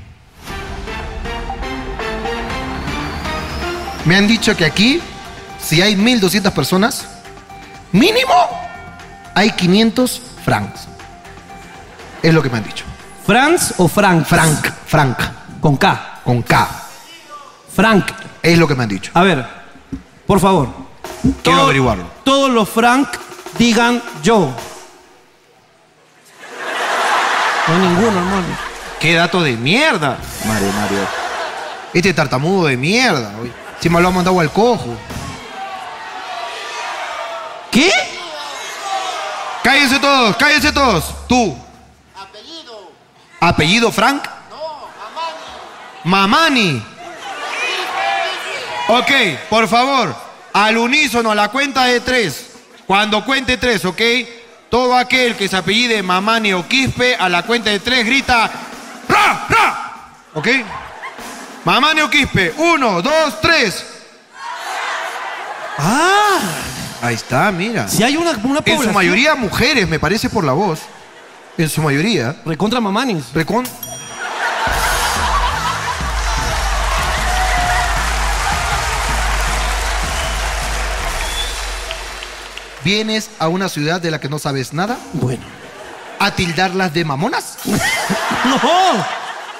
Speaker 2: Me han dicho que aquí, si hay 1.200 personas, mínimo hay 500 francs. Es lo que me han dicho.
Speaker 1: ¿Franz o Frank?
Speaker 2: Frank, Frank,
Speaker 1: Con K.
Speaker 2: con K.
Speaker 1: Frank.
Speaker 2: Es lo que me han dicho.
Speaker 1: A ver, por favor.
Speaker 2: Quiero
Speaker 1: Todo-
Speaker 2: averiguarlo.
Speaker 1: Todos los Frank digan yo. No ninguno, hermano.
Speaker 4: ¡Qué dato de mierda!
Speaker 2: Mario, Mario. Este tartamudo de mierda. oye. Encima lo ha mandado al cojo.
Speaker 1: ¿Qué?
Speaker 4: ¡Cállense todos! ¡Cállense todos! Tú. Apellido. ¿Apellido Frank? No, Mamani. Mamani. Ok, por favor, al unísono, a la cuenta de tres. Cuando cuente tres, ¿ok? Todo aquel que se apellide Mamani o Quispe, a la cuenta de tres grita ¡Ra! ¡Ra! ¿Ok? Mamani o Quispe. Uno, dos, tres.
Speaker 1: Ah,
Speaker 2: Ahí está, mira.
Speaker 1: si hay una, una
Speaker 2: En su
Speaker 1: población-
Speaker 2: mayoría mujeres, me parece por la voz. En su mayoría.
Speaker 1: Recontra mamanis.
Speaker 2: Recon. ¿Vienes a una ciudad de la que no sabes nada?
Speaker 1: Bueno.
Speaker 2: ¿A tildarlas de mamonas?
Speaker 1: No,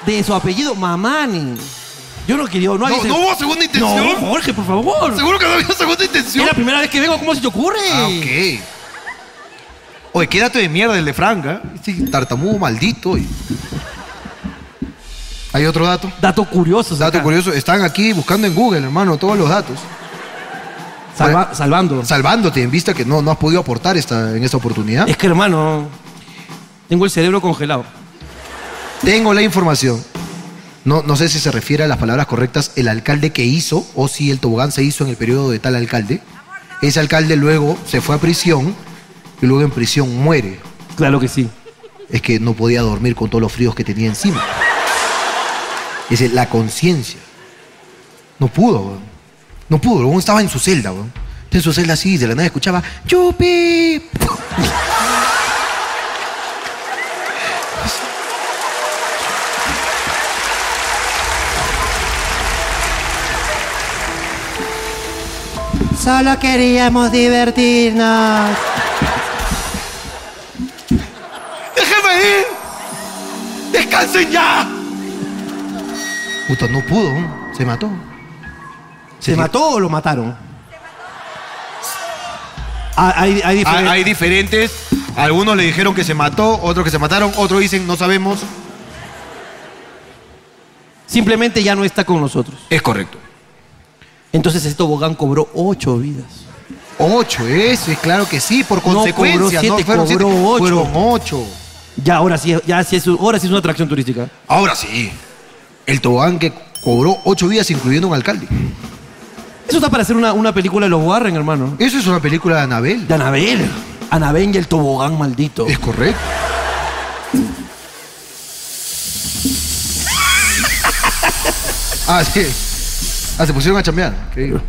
Speaker 1: de su apellido Mamani. Yo no quería, no hay
Speaker 4: No,
Speaker 1: ese-
Speaker 4: no hubo segunda intención.
Speaker 1: No, Jorge, por favor.
Speaker 4: Seguro que no había segunda intención.
Speaker 1: Es la primera vez que vengo, ¿cómo se te ocurre?
Speaker 2: Ah, ok.
Speaker 4: Oye, qué dato de mierda el de Frank, ¿ah?
Speaker 2: Este tartamudo maldito. oye. Hay otro dato.
Speaker 1: Dato curioso.
Speaker 2: Dato
Speaker 1: acá.
Speaker 2: curioso, están aquí buscando en Google, hermano, todos los datos.
Speaker 1: Salva- salvando.
Speaker 2: Salvándote en vista que no, no has podido aportar esta, en esta oportunidad.
Speaker 1: Es que, hermano, tengo el cerebro congelado.
Speaker 2: Tengo la información. No, no sé si se refiere a las palabras correctas el alcalde que hizo o si el tobogán se hizo en el periodo de tal alcalde. Ese alcalde luego se fue a prisión y luego en prisión muere.
Speaker 1: Claro que sí.
Speaker 2: Es que no podía dormir con todos los fríos que tenía encima. Es la conciencia. No pudo, weón. No pudo, weón. Estaba en su celda, weón. Estaba en su celda así, de la nada escuchaba, ¡Yupi!
Speaker 7: Solo queríamos divertirnos.
Speaker 2: ¡Déjeme ir! ¡Descansen ya! Puta, no pudo, weón. se mató.
Speaker 7: ¿Se mató o lo mataron? Ah, Hay, hay
Speaker 4: Hay,
Speaker 7: diferen-
Speaker 4: hay diferentes. Algunos le dijeron que se mató, otros que se mataron, otros dicen no sabemos.
Speaker 1: Simplemente Este ya no está con nosotros.
Speaker 4: Es correcto.
Speaker 1: Entonces este tobogán cobró ocho vidas.
Speaker 2: Ocho, eso, es claro que sí, por
Speaker 1: cobró
Speaker 2: consecuencia.
Speaker 1: siete,
Speaker 2: fueron
Speaker 1: cobró ocho.
Speaker 2: Fueron ocho.
Speaker 1: Ya ahora sí, ya sí es, ahora sí es una atracción turística.
Speaker 2: Ahora sí, el tobogán que cobró ocho vidas incluyendo un alcalde.
Speaker 1: Eso está para hacer una, una película de los Warren, hermano.
Speaker 2: Eso es una película de Anabel.
Speaker 1: De Anabel. Anabel y el tobogán maldito.
Speaker 2: Es correcto. Ah, sí. Ah, se pusieron a chambear. Increíble.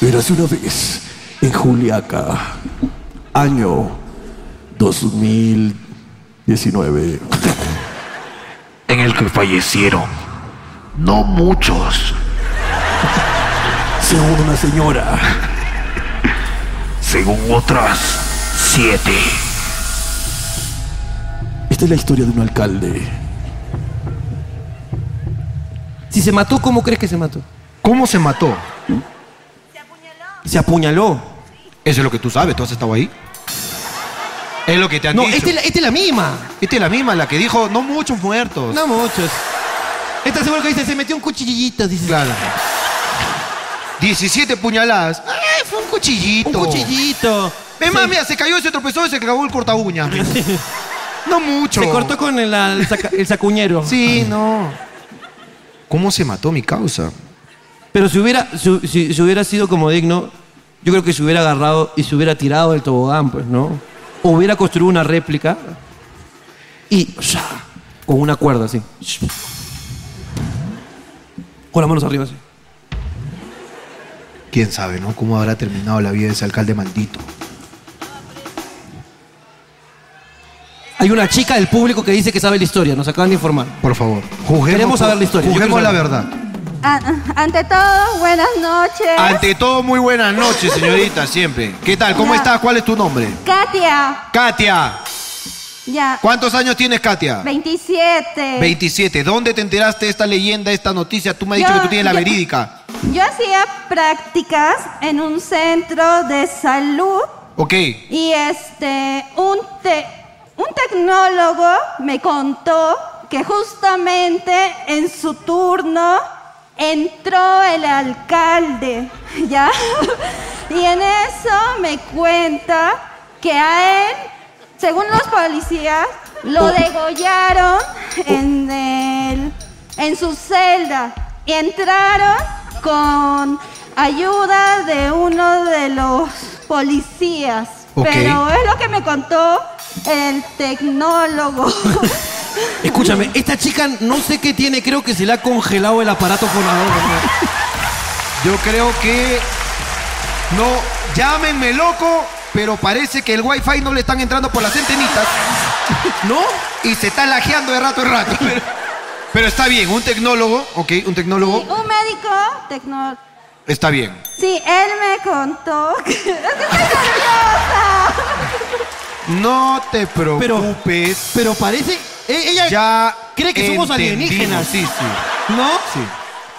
Speaker 8: Érase una vez en Juliaca, año 2019. En el que fallecieron no muchos. Según una señora. Según otras, siete. Esta es la historia de un alcalde.
Speaker 1: Si se mató, ¿cómo crees que se mató?
Speaker 2: ¿Cómo se mató?
Speaker 1: Se apuñaló.
Speaker 2: Eso es lo que tú sabes, tú has estado ahí.
Speaker 4: Es lo que te han
Speaker 1: No,
Speaker 4: dicho.
Speaker 1: esta es, la, esta es la misma.
Speaker 4: Esta es la misma, la que dijo no muchos muertos.
Speaker 1: No muchos. Esta seguro que dice, se metió un cuchillito, dice.
Speaker 2: Claro.
Speaker 4: 17 puñaladas.
Speaker 2: Ay, fue un cuchillito.
Speaker 1: Un cuchillito.
Speaker 2: Es más, mira, se cayó, se tropezó y se clavó el corta uña. No mucho.
Speaker 1: Se cortó con el, la- el saca- el sacuñero.
Speaker 2: Sí, no. ¿Cómo se mató mi causa?
Speaker 1: Pero si hubiera, si, si- si hubiera sido como digno, yo creo que se hubiera agarrado y se hubiera tirado del tobogán, pues, ¿no? O hubiera construido una réplica y o sea, con una cuerda así. Con las manos arriba así.
Speaker 2: Quién sabe, ¿no? ¿Cómo habrá terminado la vida de ese alcalde maldito?
Speaker 1: Hay una chica del público que dice que sabe la historia, nos acaban de informar.
Speaker 2: Por favor, juzguemos.
Speaker 1: Queremos saber la historia, yo
Speaker 2: Juzguemos
Speaker 1: quiero
Speaker 2: la
Speaker 1: saber.
Speaker 2: verdad.
Speaker 3: An- Ah, ante todo, buenas noches.
Speaker 4: Ante todo, muy buenas noches, señorita, siempre. ¿Qué tal? ¿Cómo
Speaker 3: Ya.
Speaker 4: estás? ¿Cuál es tu nombre?
Speaker 3: Katia,
Speaker 4: Katia.
Speaker 3: ya.
Speaker 4: ¿Cuántos años tienes,
Speaker 2: Ah.
Speaker 4: Katia?
Speaker 3: 27.
Speaker 4: 27. ¿Dónde te enteraste de esta leyenda, esta noticia? Tú me has dicho
Speaker 3: Yo-
Speaker 4: que tú tienes la
Speaker 3: yo-
Speaker 4: verídica.
Speaker 3: Yo hacía prácticas en un centro de salud
Speaker 4: Ok.
Speaker 3: y este un te- un tecnólogo me contó que justamente en su turno entró el alcalde, ¿ya? Y en eso me cuenta que a él, según los policías, lo degollaron en el- en su celda y entraron con ayuda de uno de los policías.
Speaker 2: Ok.
Speaker 3: Pero es lo que me contó el tecnólogo.
Speaker 1: Escúchame, esta chica no sé qué tiene, creo que se le ha congelado el aparato fonador. ¿no?
Speaker 4: Yo creo que. No, llámenme loco, pero parece que el wifi no le están entrando por las antenitas. ¿No? Y se está lajeando de rato en rato. Pero, pero está bien, un tecnólogo, ok, un
Speaker 3: Y
Speaker 4: tecnólogo,
Speaker 3: un médico tecnólogo.
Speaker 4: está bien.
Speaker 3: Sí, él me contó. que- Es que estoy
Speaker 4: No te
Speaker 1: Pero-
Speaker 4: preocupes.
Speaker 1: Pero parece. e- Ella
Speaker 4: ya
Speaker 1: cree que somos
Speaker 4: entendimos.
Speaker 1: alienígenas.
Speaker 4: Sí, sí.
Speaker 1: ¿No?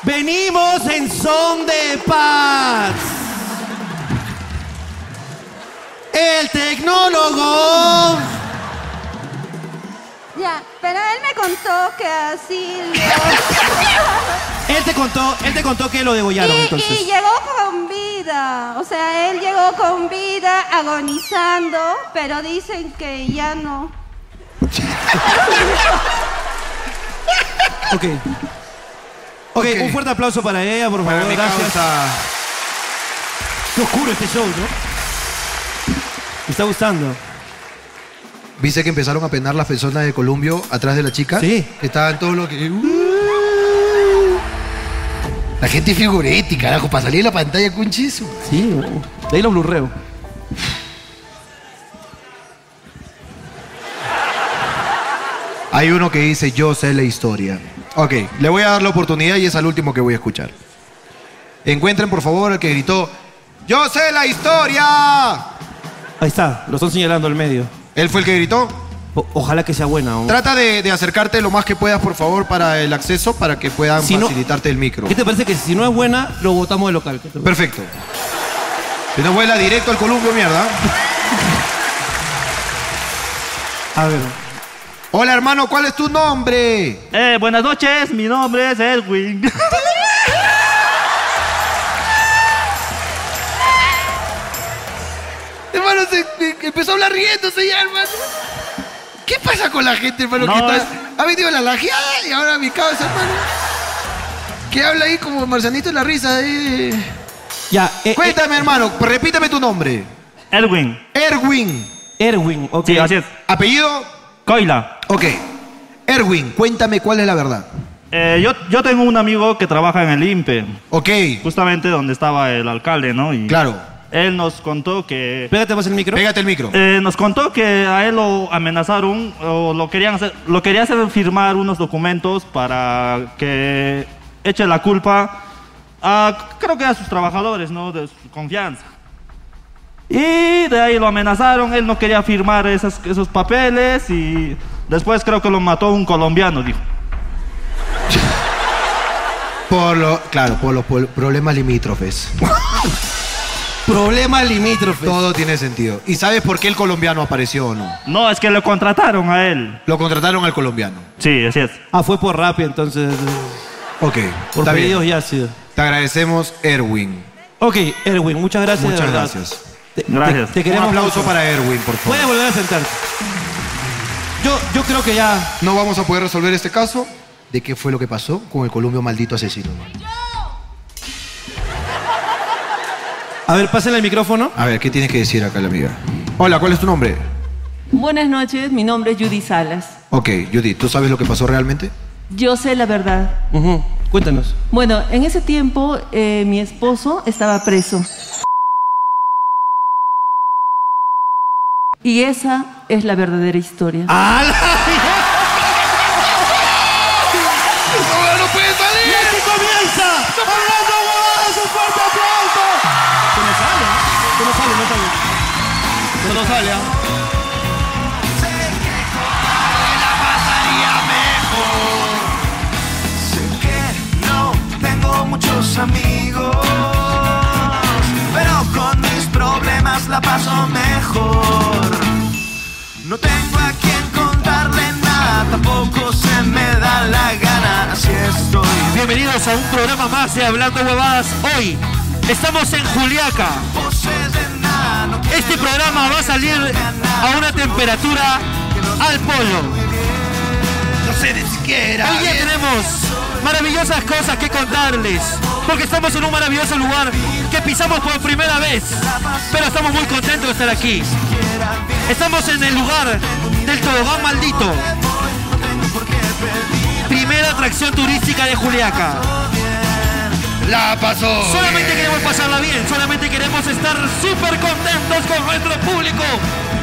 Speaker 1: Venimos en son de paz. El tecnólogo.
Speaker 3: nerviosa. Ya, pero él me contó que así lo-
Speaker 1: Él te contó, él te contó que lo degollaron
Speaker 3: Y,
Speaker 1: entonces.
Speaker 3: y llegó con vida. O sea, él llegó con vida, agonizando, pero dicen que ya no.
Speaker 1: Ok. Ok, un fuerte aplauso para ella, por
Speaker 4: Para
Speaker 1: favor.
Speaker 4: mi
Speaker 1: Gracias.
Speaker 4: causa.
Speaker 1: Qué oscuro este show, ¿no? Me está gustando.
Speaker 2: ¿Viste que empezaron a penar las personas de Colombio atrás de la chica?
Speaker 1: Sí.
Speaker 4: ¡Uh!
Speaker 2: Que estaban todos los que. La gente figuretti, carajo, para salir de la pantalla con chizo.
Speaker 1: Sí, güey. de ahí lo blurreo.
Speaker 4: Hay uno que dice, yo sé la historia. Ok, le voy a dar la oportunidad y es al último que voy a escuchar. Encuentren, por favor, al que gritó, yo sé la historia.
Speaker 1: Ahí está, lo están señalando al medio.
Speaker 4: Él fue el que gritó.
Speaker 1: O- ojalá que sea buena. ¿no?
Speaker 4: Trata de, de acercarte lo más que puedas, por favor, para el acceso, para que puedan
Speaker 1: Si no-
Speaker 4: facilitarte el micro.
Speaker 1: ¿Qué te parece que si no es buena, lo votamos de local? ¿Qué te parece?
Speaker 4: Perfecto. Si no vuela directo al columpio, mierda.
Speaker 7: A ver.
Speaker 4: Hola, hermano, ¿cuál es tu nombre?
Speaker 9: Eh, buenas noches, mi nombre es Edwin.
Speaker 2: Hermano, se, se- empezó a hablar riéndose ya, hermano. ¿Qué pasa con la gente, hermano?
Speaker 9: No,
Speaker 2: que está-
Speaker 9: es-
Speaker 4: eh.
Speaker 2: ha venido la lajeada y ahora mi causa, hermano. Que habla ahí como Marzanito en la risa. ahí.
Speaker 1: Ya, eh, eh,
Speaker 4: Cuéntame, hermano, repítame tu nombre.
Speaker 9: Edwin.
Speaker 4: Erwin.
Speaker 1: Erwin, ok.
Speaker 9: Sí, así es.
Speaker 4: Apellido.
Speaker 9: Coila.
Speaker 4: Ok. Erwin, cuéntame cuál es la verdad.
Speaker 9: Eh, yo, yo tengo un amigo que trabaja en el INPE,
Speaker 4: Ok,
Speaker 9: E. justamente donde estaba el alcalde, ¿no? Y
Speaker 4: claro.
Speaker 9: Él nos contó que.
Speaker 1: Pégate más el micro.
Speaker 4: Pégate el micro.
Speaker 9: eh, nos contó que a él lo amenazaron o lo querían hacer, lo quería hacer firmar unos documentos para que eche la culpa a, creo que a sus trabajadores, ¿no? De su confianza. Y de ahí lo amenazaron, él no quería firmar esas- esos papeles y después creo que lo mató un colombiano, dijo.
Speaker 4: Por lo, claro, por los pol- problemas limítrofes.
Speaker 1: Problema limítrofe.
Speaker 4: Todo tiene sentido. ¿Y sabes por qué el colombiano apareció o no?
Speaker 9: No, es que lo contrataron a él.
Speaker 4: Lo contrataron al colombiano.
Speaker 9: Sí, así es.
Speaker 1: Ah, fue por Rappi, entonces. eh,
Speaker 4: Ok,
Speaker 1: Por
Speaker 4: está
Speaker 1: pedidos
Speaker 4: bien.
Speaker 1: y ácido.
Speaker 4: Te agradecemos, Erwin.
Speaker 1: Ok, Erwin, muchas gracias.
Speaker 4: Muchas
Speaker 1: de verdad.
Speaker 4: gracias.
Speaker 1: Te-
Speaker 9: Gracias.
Speaker 1: Te, te
Speaker 4: Un
Speaker 1: queremos
Speaker 4: aplauso
Speaker 1: mucho.
Speaker 4: para Erwin, por favor.
Speaker 1: Puedes volver a sentarte. Yo, yo creo que ya.
Speaker 4: No vamos a poder resolver este caso.
Speaker 2: ¿De qué fue lo que pasó con el columbio maldito asesino, hermano?
Speaker 1: A ver, pásenle el micrófono.
Speaker 4: A ver, ¿qué tienes que decir acá la amiga? Hola, ¿cuál es tu nombre?
Speaker 10: Buenas noches, mi nombre es Judy Salas.
Speaker 4: Ok, Judy, ¿tú sabes lo que pasó realmente?
Speaker 10: Yo sé la verdad.
Speaker 1: Ujú, Cuéntanos.
Speaker 10: Bueno, en ese tiempo eh, mi esposo estaba preso. Y esa es la verdadera historia.
Speaker 2: ¡No puede salir!
Speaker 11: ¿eh? ¿ah?
Speaker 12: que no tengo muchos amigos, pero con mis problemas la paso mejor. No tengo a quien contarle nada, tampoco se me da la gana, así estoy.
Speaker 11: Bienvenidos a un programa más de Hablando Huevadas. Hoy estamos en Juliaca.
Speaker 12: Voces de nada, no
Speaker 11: Este programa va a salir a una temperatura al polo.
Speaker 2: No sé ni siquiera.
Speaker 11: Hoy día tenemos maravillosas cosas que contarles, porque estamos en un maravilloso lugar que pisamos por primera vez, pero estamos muy contentos de estar aquí. Estamos en el lugar del tobogán maldito, primera atracción turística de Juliaca.
Speaker 2: La pasó.
Speaker 11: Solamente queremos pasarla bien, solamente queremos estar súper contentos con nuestro público,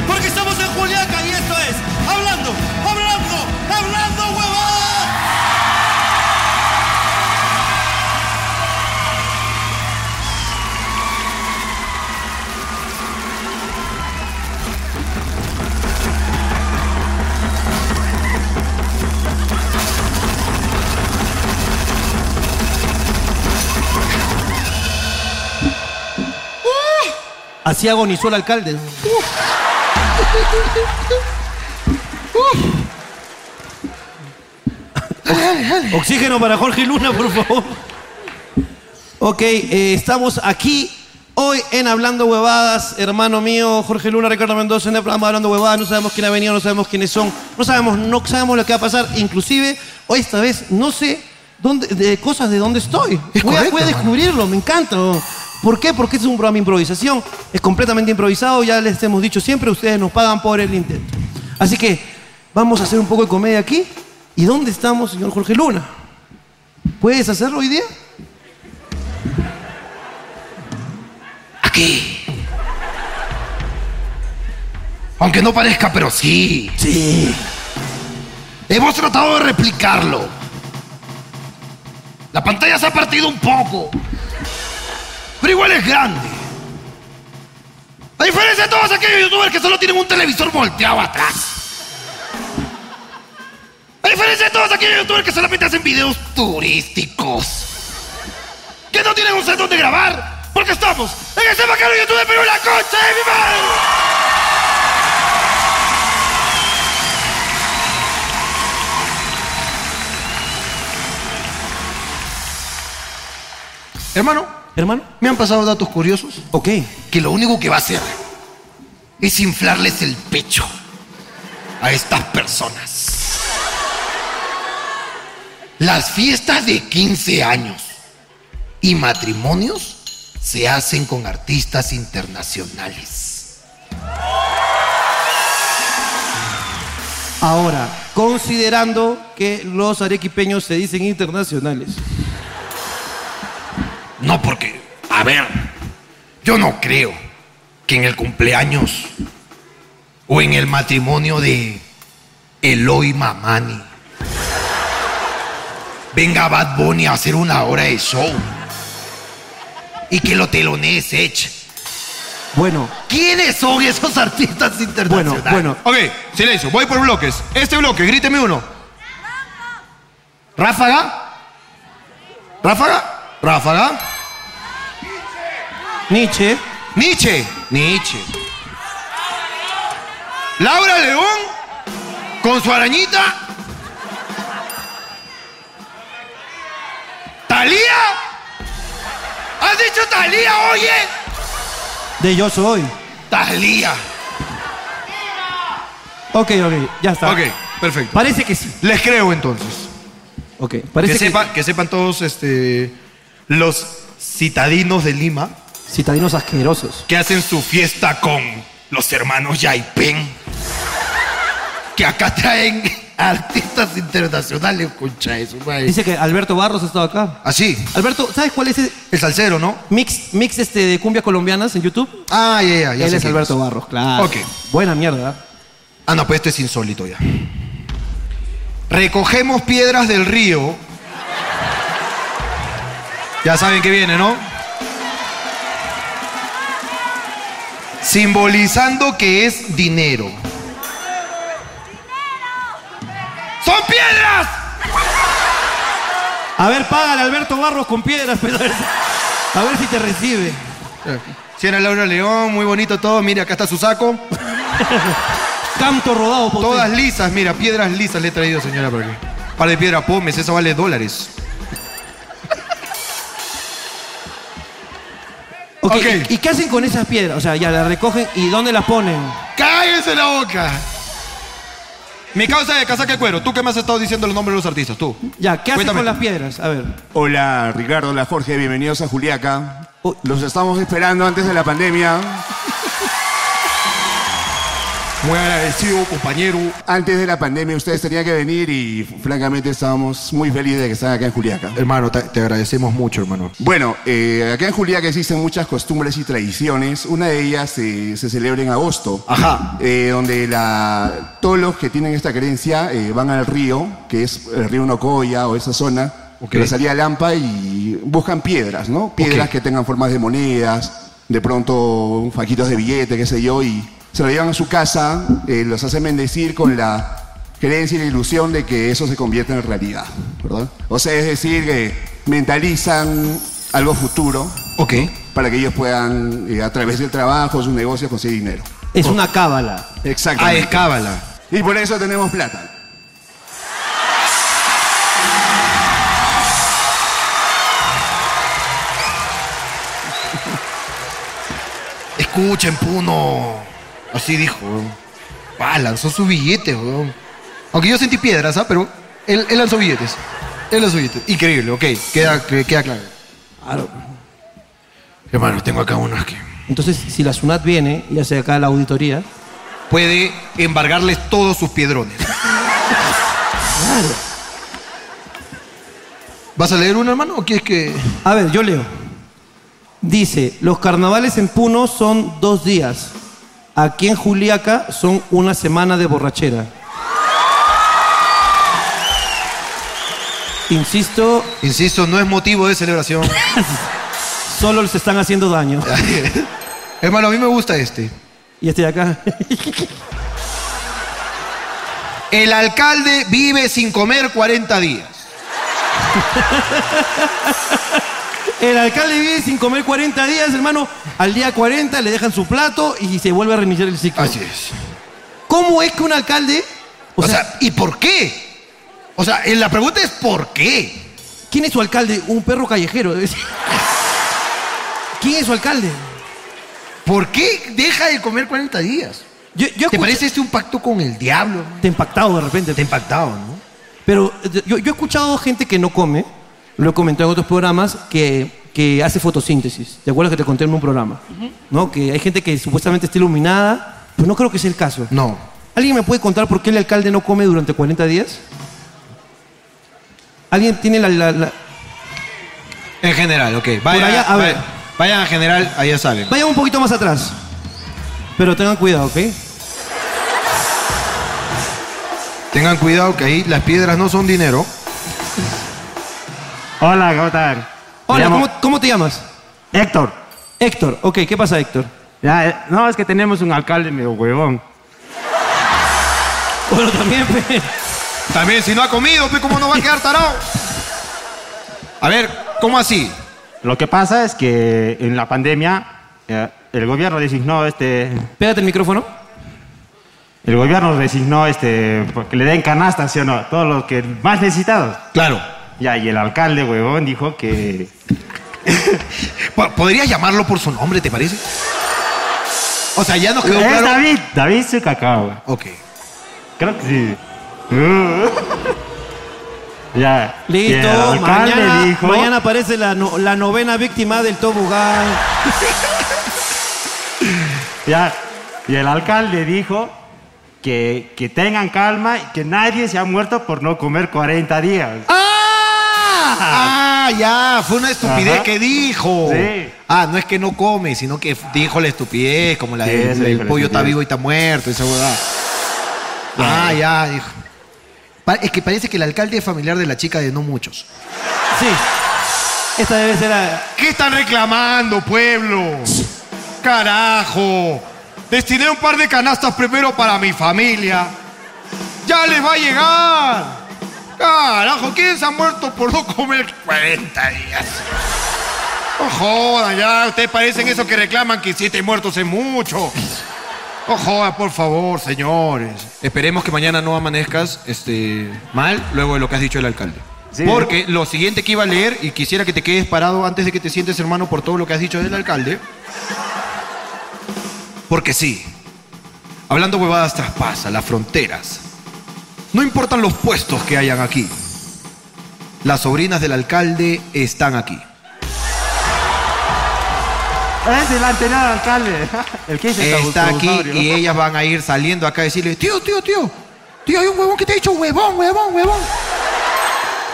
Speaker 11: porque estamos en Juliaca y esto es Hablando, Hablando, Hablando Huevadas.
Speaker 1: Así agonizó el alcalde. Oxígeno para Jorge Luna, por favor. Ok, eh, estamos aquí hoy en Hablando Huevadas, hermano mío, Jorge Luna, Ricardo Mendoza, en el programa Hablando Huevadas, no sabemos quién ha venido, no sabemos quiénes son, no sabemos, no sabemos lo que va a pasar, inclusive hoy esta vez no sé dónde, de cosas de dónde estoy.
Speaker 2: Es
Speaker 1: voy, a,
Speaker 2: correcto,
Speaker 1: voy a
Speaker 2: hermano.
Speaker 1: descubrirlo, me encanta. ¿Por qué? Porque es un programa de improvisación, es completamente improvisado, ya les hemos dicho siempre, ustedes nos pagan por el intento. Así que vamos a hacer un poco de comedia aquí. ¿Y dónde estamos, señor Jorge Luna? ¿Puedes hacerlo hoy día?
Speaker 2: Aquí. Aunque no parezca, pero sí. Sí. Hemos tratado de replicarlo. La pantalla se ha partido un poco. Pero igual es grande. A diferencia de todos aquellos youtubers que solo tienen un televisor volteado atrás. A diferencia de todos aquellos youtubers que solamente hacen videos turísticos. Que no tienen un set donde grabar. Porque estamos en ese bacano YouTube de Perú, la concha de mi madre. Hermano. Hermano. Me han pasado datos curiosos. Ok. Que lo único que va a hacer es inflarles el pecho a estas personas. Las fiestas de 15 años y matrimonios se hacen con artistas internacionales.
Speaker 1: Ahora, considerando que los arequipeños se dicen internacionales.
Speaker 2: No, porque, a ver, yo no creo que en el cumpleaños o en el matrimonio de Eloy Mamani venga Bad Bunny a hacer una hora de show y que lo telonee Sech.
Speaker 1: Bueno.
Speaker 2: ¿Quiénes son esos artistas internacionales?
Speaker 4: Bueno, ok, silencio, voy por bloques. Este bloque, gríteme uno. ¿Ráfaga? ¿Ráfaga? ¿Ráfaga?
Speaker 1: Nietzsche.
Speaker 4: Nietzsche. Nietzsche. Laura León con su arañita. ¿Talía? ¿Has dicho Talía, oye?
Speaker 1: De yo soy.
Speaker 2: Talía.
Speaker 1: Ok, ok, ya está.
Speaker 4: Ok, perfecto.
Speaker 1: Parece que sí.
Speaker 4: Les creo entonces.
Speaker 1: Ok, parece
Speaker 4: que,
Speaker 1: que-
Speaker 4: sepa- que sepan todos este, los citadinos de Lima
Speaker 1: Citadinos asquerosos.
Speaker 4: que hacen su fiesta con los hermanos Yaipen.
Speaker 2: Que acá traen artistas internacionales, concha eso,
Speaker 1: Dice que Alberto Barros ha estado acá.
Speaker 2: Así.
Speaker 1: Alberto, ¿sabes cuál es el,
Speaker 4: salsero, no?
Speaker 1: Mix, mix este de cumbias colombianas en YouTube.
Speaker 2: Ah, ya, ya, ya.
Speaker 1: Él
Speaker 2: sé
Speaker 1: es
Speaker 2: quién
Speaker 1: Alberto Barros, claro.
Speaker 2: Ok.
Speaker 1: Buena mierda.
Speaker 4: Ah, no, pues esto es insólito ya. Recogemos piedras del río. Ya saben que viene, ¿no? Simbolizando que es dinero. ¡Son piedras!
Speaker 1: A ver, págale a Alberto Barros con piedras, pero a ver si te recibe.
Speaker 4: Si era Laura León, muy bonito todo. Mira, acá está su saco.
Speaker 1: Canto rodado por
Speaker 4: Todas lisas, mira, piedras lisas le he traído, señora, por aquí. Par de piedra pomes, esa vale dólares.
Speaker 1: Ok, ¿Y, y qué hacen con esas piedras? O sea, ya las recogen y ¿dónde las ponen?
Speaker 4: ¡Cállense la boca! Mi causa de casaca de cuero, tú que me has estado diciendo los nombres de los artistas, tú.
Speaker 1: Ya, ¿qué hacen
Speaker 4: Cuéntame.
Speaker 1: con las piedras? A ver.
Speaker 13: Hola, Ricardo, hola, Jorge, bienvenidos a Juliaca.
Speaker 1: Oh.
Speaker 13: Los estamos esperando antes de la pandemia.
Speaker 4: Muy agradecido, compañero.
Speaker 13: Antes de la pandemia ustedes tenían que venir y francamente estábamos muy felices de que estén acá en Juliaca.
Speaker 4: Hermano, te, te agradecemos mucho, hermano.
Speaker 13: Bueno, eh, acá en Juliaca existen muchas costumbres y tradiciones. Una de ellas eh, se celebra en agosto. Ajá. donde la- todos los que tienen esta creencia eh, van al río, que es el río Nocoya o esa zona,
Speaker 4: Ok.
Speaker 13: que la salida de Lampa y buscan piedras, ¿no? Piedras
Speaker 4: Ok.
Speaker 13: que tengan formas de monedas, de pronto faquitos de billete, qué sé yo, y se lo llevan a su casa, eh, los hacen bendecir con la creencia y la ilusión de que eso se convierte en realidad, ¿verdad? O sea, es decir, que mentalizan algo futuro
Speaker 4: Ok.
Speaker 13: para que ellos puedan, eh, a través del trabajo, sus negocios, conseguir dinero.
Speaker 1: Es una cábala.
Speaker 13: Exactamente.
Speaker 1: Ah, es cábala.
Speaker 13: Y por eso tenemos plata.
Speaker 2: Escuchen, Puno. Así dijo, weón. Ah, lanzó su billete, weón. Aunque yo sentí piedras, ¿ah? Pero él, él lanzó billetes. Él lanzó billetes.
Speaker 4: Increíble, ok.
Speaker 2: Queda, que- queda claro. Hermano, tengo acá unos que...
Speaker 1: Entonces, si la SUNAT viene y hace acá la auditoría.
Speaker 4: Puede embargarles todos sus piedrones.
Speaker 2: ¿Vas a leer uno, hermano, o quieres que...?
Speaker 1: A ver, yo leo. Dice, los carnavales en Puno son dos días. Aquí en Juliaca son una semana de borrachera. Insisto.
Speaker 11: Insisto, no es motivo de celebración.
Speaker 1: Solo se están haciendo daño.
Speaker 11: Hermano, a mí me gusta este.
Speaker 1: Y este de acá.
Speaker 11: El alcalde vive sin comer 40 días.
Speaker 1: El alcalde vive sin comer 40 días, hermano. Al día 40 le dejan su plato y se vuelve a reiniciar el ciclo.
Speaker 11: Así es.
Speaker 1: ¿Cómo es que un alcalde...
Speaker 11: O, sea, ¿y por qué? O sea, eh, la pregunta es ¿por qué?
Speaker 1: ¿Quién es su alcalde? Un perro callejero. ¿Quién es su alcalde?
Speaker 11: ¿Por qué deja de comer 40 días?
Speaker 1: Yo, yo
Speaker 11: ¿Te
Speaker 1: escuché-
Speaker 11: parece este un pacto con el diablo?
Speaker 1: Te ha impactado de repente. Te ha
Speaker 11: impactado, ¿no?
Speaker 1: Pero eh, yo, yo he escuchado gente que no come, lo he comentado en otros programas, que, que hace fotosíntesis. ¿Te acuerdas que te conté en un programa? ¿No? Que hay gente que supuestamente está iluminada, pues no creo que sea el caso.
Speaker 11: No.
Speaker 1: ¿Alguien me puede contar por qué el alcalde no come durante 40 días? ¿Alguien tiene la... la- la-
Speaker 2: En general, ok. Vayan,
Speaker 1: allá, a ver.
Speaker 2: vayan- vayan a general, allá saben.
Speaker 1: Vayan un poquito más atrás. Pero tengan cuidado, ¿ok?
Speaker 11: Tengan cuidado que ahí las piedras no son dinero.
Speaker 14: Hola, ¿cómo están?
Speaker 1: Hola,
Speaker 14: Me llamo-
Speaker 1: ¿cómo, cómo te llamas?
Speaker 14: Héctor.
Speaker 1: Héctor, ok, ¿qué pasa, Héctor?
Speaker 14: Ya, eh, no, es que tenemos un alcalde medio huevón.
Speaker 1: Bueno, también,
Speaker 2: También, si no ha comido, pues, ¿cómo no va a quedar tarado? A ver, ¿cómo así?
Speaker 14: Lo que pasa es que en la pandemia eh, el gobierno designó este...
Speaker 1: Pégate el micrófono.
Speaker 14: El gobierno designó este... Porque le den canasta, ¿sí o no? Todos los que más necesitados.
Speaker 2: Claro.
Speaker 14: Ya, y el alcalde huevón dijo que...
Speaker 11: Po- ¿Podrías llamarlo por su nombre, te parece? O sea, ya nos quedó
Speaker 14: es
Speaker 11: claro.
Speaker 14: Eh, David, David su cacao.
Speaker 11: Ok.
Speaker 14: Creo que sí. ya. y el
Speaker 1: Listo,
Speaker 14: alcalde
Speaker 1: mañana,
Speaker 14: dijo-
Speaker 1: mañana aparece la, no- la novena víctima del tobogán.
Speaker 14: Ya, y el alcalde dijo que, que tengan calma y que nadie se ha muerto por no comer 40 días.
Speaker 11: ¡Ah! ya, fue una estupidez
Speaker 14: Ajá.
Speaker 11: que dijo.
Speaker 14: Sí.
Speaker 11: Ah, no es que no come, sino que f- dijo la estupidez, como la
Speaker 14: Sí,
Speaker 11: del-
Speaker 14: esa
Speaker 11: el,
Speaker 14: dijo la
Speaker 11: pollo está
Speaker 14: estupidez.
Speaker 11: vivo y está muerto, esa huevada. Ah, ya, dijo. Pa- Es que parece que el alcalde es familiar de la chica de no muchos.
Speaker 1: Sí. Esta debe ser la...
Speaker 2: ¿Qué están reclamando, pueblo? Carajo. Destiné un par de canastas primero para mi familia. Ya les va a llegar. Carajo, ¿quién se ha muerto por no comer 40 días? No jodan, ya. Ustedes parecen eso que reclaman que siete muertos es mucho. No jodan, por favor, señores. Esperemos que mañana no amanezcas este, mal luego de lo que has dicho el alcalde.
Speaker 14: Sí.
Speaker 2: Porque lo siguiente que iba a leer, y quisiera que te quedes parado antes de que te sientes, hermano, por todo lo que has dicho del alcalde. Porque sí, hablando huevadas traspasa las fronteras. No importan los puestos que hayan aquí. Las sobrinas del alcalde están aquí.
Speaker 14: Es el anterior alcalde. El que hizo el
Speaker 2: Está aquí
Speaker 14: causaurio.
Speaker 2: y ellas van a ir saliendo acá a decirle, tío, tío, tío,
Speaker 11: Tío, hay un huevón que te ha dicho huevón, huevón, huevón.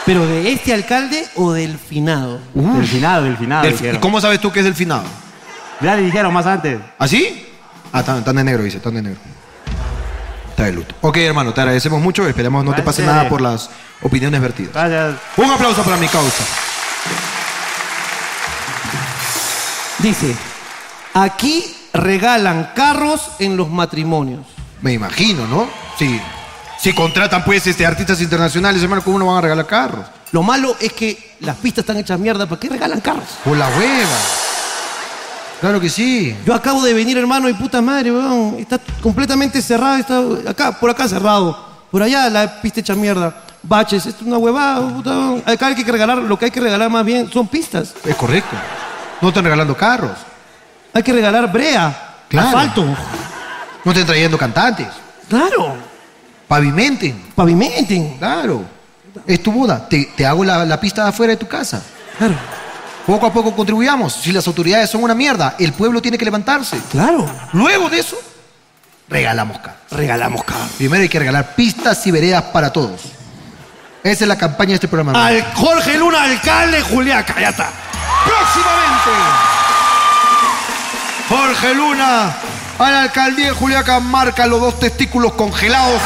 Speaker 1: Pero de este alcalde o del finado.
Speaker 14: Del finado, del finado.
Speaker 2: Del-
Speaker 14: dijeron.
Speaker 2: ¿Y ¿Cómo sabes tú que es del finado?
Speaker 14: Ya le dijeron más antes.
Speaker 2: ¿Así? Ah, están están de negro, dice, están de negro. Está de luto. Ok, hermano, te agradecemos mucho. Esperemos no te pase
Speaker 14: Gracias.
Speaker 2: nada por las opiniones vertidas.
Speaker 14: Gracias.
Speaker 2: Un aplauso para mi causa.
Speaker 1: Dice, aquí regalan carros en los matrimonios.
Speaker 2: Me imagino, ¿no? Sí. Si contratan, pues, este, artistas internacionales, hermano, ¿cómo no van a regalar carros?
Speaker 1: Lo malo es que las pistas están hechas mierda. ¿Para qué regalan carros?
Speaker 2: Por la hueva. Claro que sí.
Speaker 1: Yo acabo de venir, hermano, y puta madre, weón. Está completamente cerrado. Está acá, por acá cerrado. Por allá la pista hecha mierda. Baches, esto es una huevada, puta. weón. Acá hay que regalar, lo que hay que regalar más bien son pistas.
Speaker 2: Es correcto. No están regalando carros.
Speaker 1: Hay que regalar brea,
Speaker 2: Claro.
Speaker 1: asfalto.
Speaker 2: No están trayendo cantantes.
Speaker 1: Claro,
Speaker 2: Pavimenten.
Speaker 1: pavimenten.
Speaker 2: Claro. Es tu boda. Te, te hago la, la pista de afuera de tu casa.
Speaker 1: Claro,
Speaker 2: Poco a poco contribuyamos. Si las autoridades son una mierda, el pueblo tiene que levantarse.
Speaker 1: claro.
Speaker 2: Luego de eso, regalamos carros.
Speaker 1: Regalamos carros.
Speaker 2: Primero hay que regalar pistas y veredas para todos. Esa es la campaña de este programa. hermano.
Speaker 1: Al Jorge Luna, alcalde Juliaca, ya está.
Speaker 2: Próximamente. Jorge Luna, a la alcaldía de Juliaca marca los dos testículos congelados.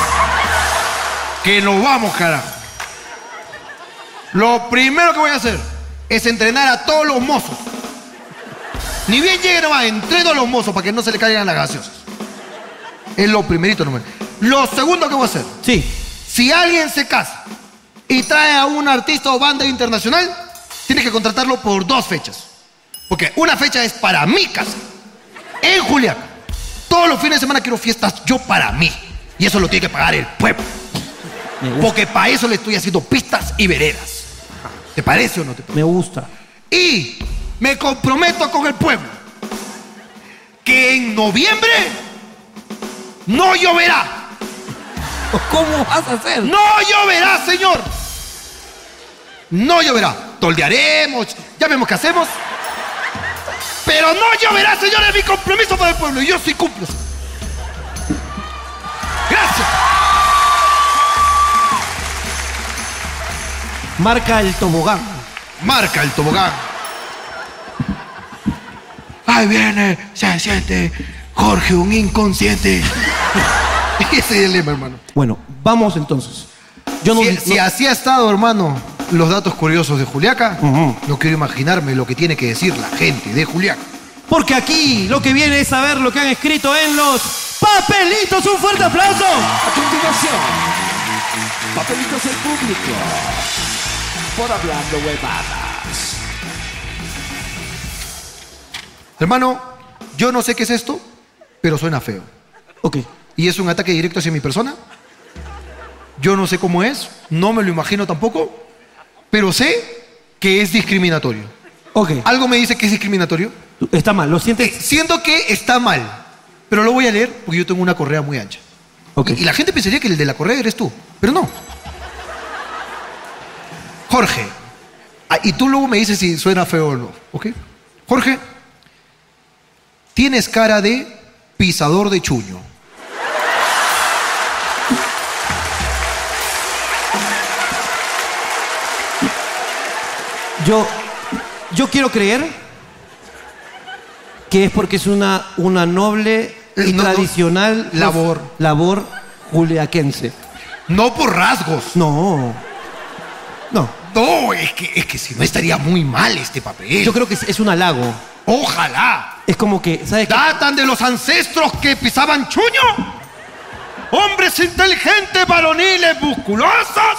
Speaker 2: Que nos vamos, carajo. Lo primero que voy a hacer es entrenar a todos los mozos. Ni bien lleguen nomás, entreno a los mozos para que no se le caigan las gaseosas. Es lo primerito nomás. Lo segundo que voy a hacer.
Speaker 1: Sí.
Speaker 2: Si alguien se casa y trae a un artista o banda internacional, tienes que contratarlo por dos fechas. Porque una fecha es para mi casa. En Juliaca. Todos los fines de semana quiero fiestas yo para mí. Y eso lo tiene que pagar el pueblo. Porque para eso le estoy haciendo pistas y veredas. ¿Te parece o no te parece?
Speaker 1: Me gusta.
Speaker 2: Y me comprometo con el pueblo que en noviembre no lloverá.
Speaker 1: ¿Cómo vas a hacer?
Speaker 2: No lloverá, señor. No lloverá. Toldearemos, ya vemos qué hacemos. Pero no lloverá, señor, es mi compromiso para el pueblo. Y yo sí cumplo. Gracias.
Speaker 1: Marca el tobogán.
Speaker 2: Marca el tobogán. Ahí viene, se siente Jorge, un inconsciente. Ese es el lema, hermano.
Speaker 1: Bueno, vamos entonces. Yo no,
Speaker 2: si,
Speaker 1: no-
Speaker 2: si así ha estado, hermano, los datos curiosos de Juliaca, no quiero imaginarme lo que tiene que decir la gente de Juliaca.
Speaker 1: Porque aquí lo que viene es saber lo que han escrito en los papelitos. Un fuerte aplauso.
Speaker 11: A continuación, papelitos del público por hablando huevadas.
Speaker 2: Hermano, yo no sé qué es esto, pero suena feo.
Speaker 1: Ok.
Speaker 2: Y es un ataque directo hacia mi persona. Yo no sé cómo es, no me lo imagino tampoco, pero sé que es discriminatorio.
Speaker 1: Ok.
Speaker 2: ¿Algo me dice que es discriminatorio? Eh,
Speaker 1: Está mal, lo sientes.
Speaker 2: siento que está mal, pero lo voy a leer porque yo tengo una correa muy ancha. Y, y la gente pensaría que el de la correa eres tú, pero no. Jorge, ah, y tú luego me dices si suena feo o no, ¿ok? Jorge, tienes cara de pisador de chuño.
Speaker 1: Yo, yo quiero creer que es porque es una, una noble
Speaker 2: Eh,
Speaker 1: y tradicional labor. labor juliaquense.
Speaker 2: No por rasgos.
Speaker 1: No. No.
Speaker 2: No, es que, es que si no estaría muy mal este papel.
Speaker 1: Yo creo que es, es un halago.
Speaker 2: Ojalá.
Speaker 1: Es como que, ¿sabes qué?
Speaker 2: ¿Datan de los ancestros que pisaban chuño? Hombres inteligentes, varoniles, musculosos,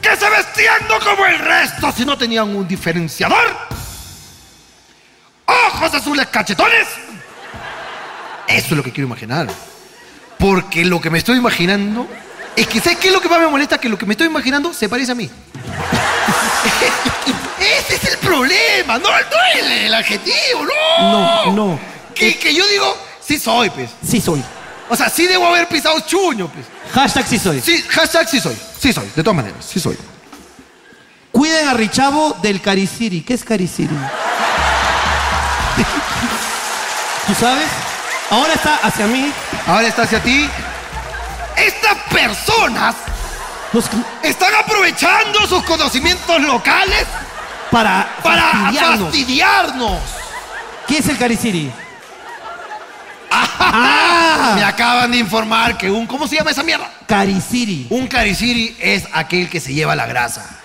Speaker 2: que se vestían no como el resto, si no tenían un diferenciador. Ojos azules cachetones. Eso es lo que quiero imaginar. Porque lo que me estoy imaginando es que, ¿sabes qué es lo que más me molesta? Que lo que me estoy imaginando se parece a mí. Ese es el problema, no, no el, el adjetivo, no.
Speaker 1: No, no.
Speaker 2: Que, que yo digo, sí soy, pues.
Speaker 1: Sí soy.
Speaker 2: O sea, sí debo haber pisado chuño, pues.
Speaker 1: Hashtag sí soy.
Speaker 2: Sí, hashtag sí soy. Sí soy, de todas maneras, sí soy.
Speaker 1: Cuiden a Richavo del Cariciri. ¿Qué es Cariciri? ¿Tú sabes? Ahora está hacia mí.
Speaker 2: Ahora está hacia ti. Estas personas están aprovechando sus conocimientos locales
Speaker 1: para,
Speaker 2: para
Speaker 1: fastidiarnos.
Speaker 2: fastidiarnos.
Speaker 1: ¿Qué es el Cariciri?
Speaker 2: Ah, Me acaban de informar que un. ¿Cómo se llama esa mierda?
Speaker 1: Cariciri.
Speaker 2: Un cariciri es aquel que se lleva la grasa.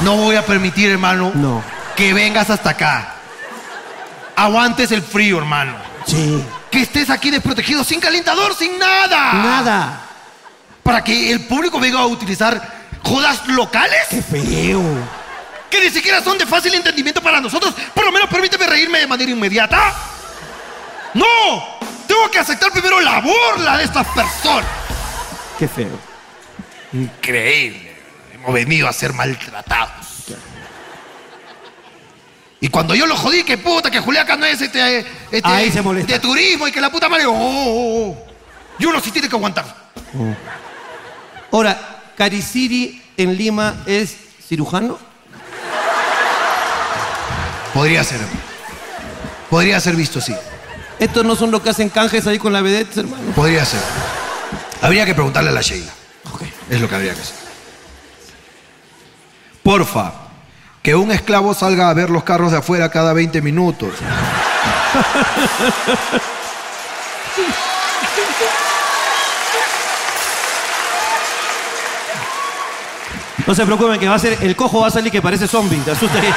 Speaker 2: No voy a permitir, hermano,
Speaker 1: No.
Speaker 2: que vengas hasta acá. Aguantes el frío, hermano.
Speaker 1: Sí.
Speaker 2: Que estés aquí desprotegido, sin calentador, sin nada.
Speaker 1: Nada.
Speaker 2: Para que el público venga a utilizar jodas locales
Speaker 1: Qué feo.
Speaker 2: que ni siquiera son de fácil entendimiento para nosotros. Por lo menos permíteme reírme de manera inmediata. ¡No! Tengo que aceptar primero la burla de estas personas.
Speaker 1: Qué feo.
Speaker 2: Increíble. Hemos venido a ser maltratados. Y cuando yo lo jodí, que puta, que Juliaca no es este, este
Speaker 1: Ahí se molesta.
Speaker 2: de turismo y que la puta madre. Oh, oh, oh. Y uno sí tiene que aguantar.
Speaker 1: Mm. Ahora, Cariciri en Lima es cirujano.
Speaker 2: Podría ser. Podría ser visto, sí.
Speaker 1: Estos no son los que hacen canjes ahí con la vedette, hermano.
Speaker 2: Podría ser. Habría que preguntarle a la Sheila. Es lo que habría que hacer. Porfa, que un esclavo salga a ver los carros de afuera cada 20 minutos.
Speaker 1: No se preocupen que va a ser, el cojo va a salir que parece zombie, te asusta ahí.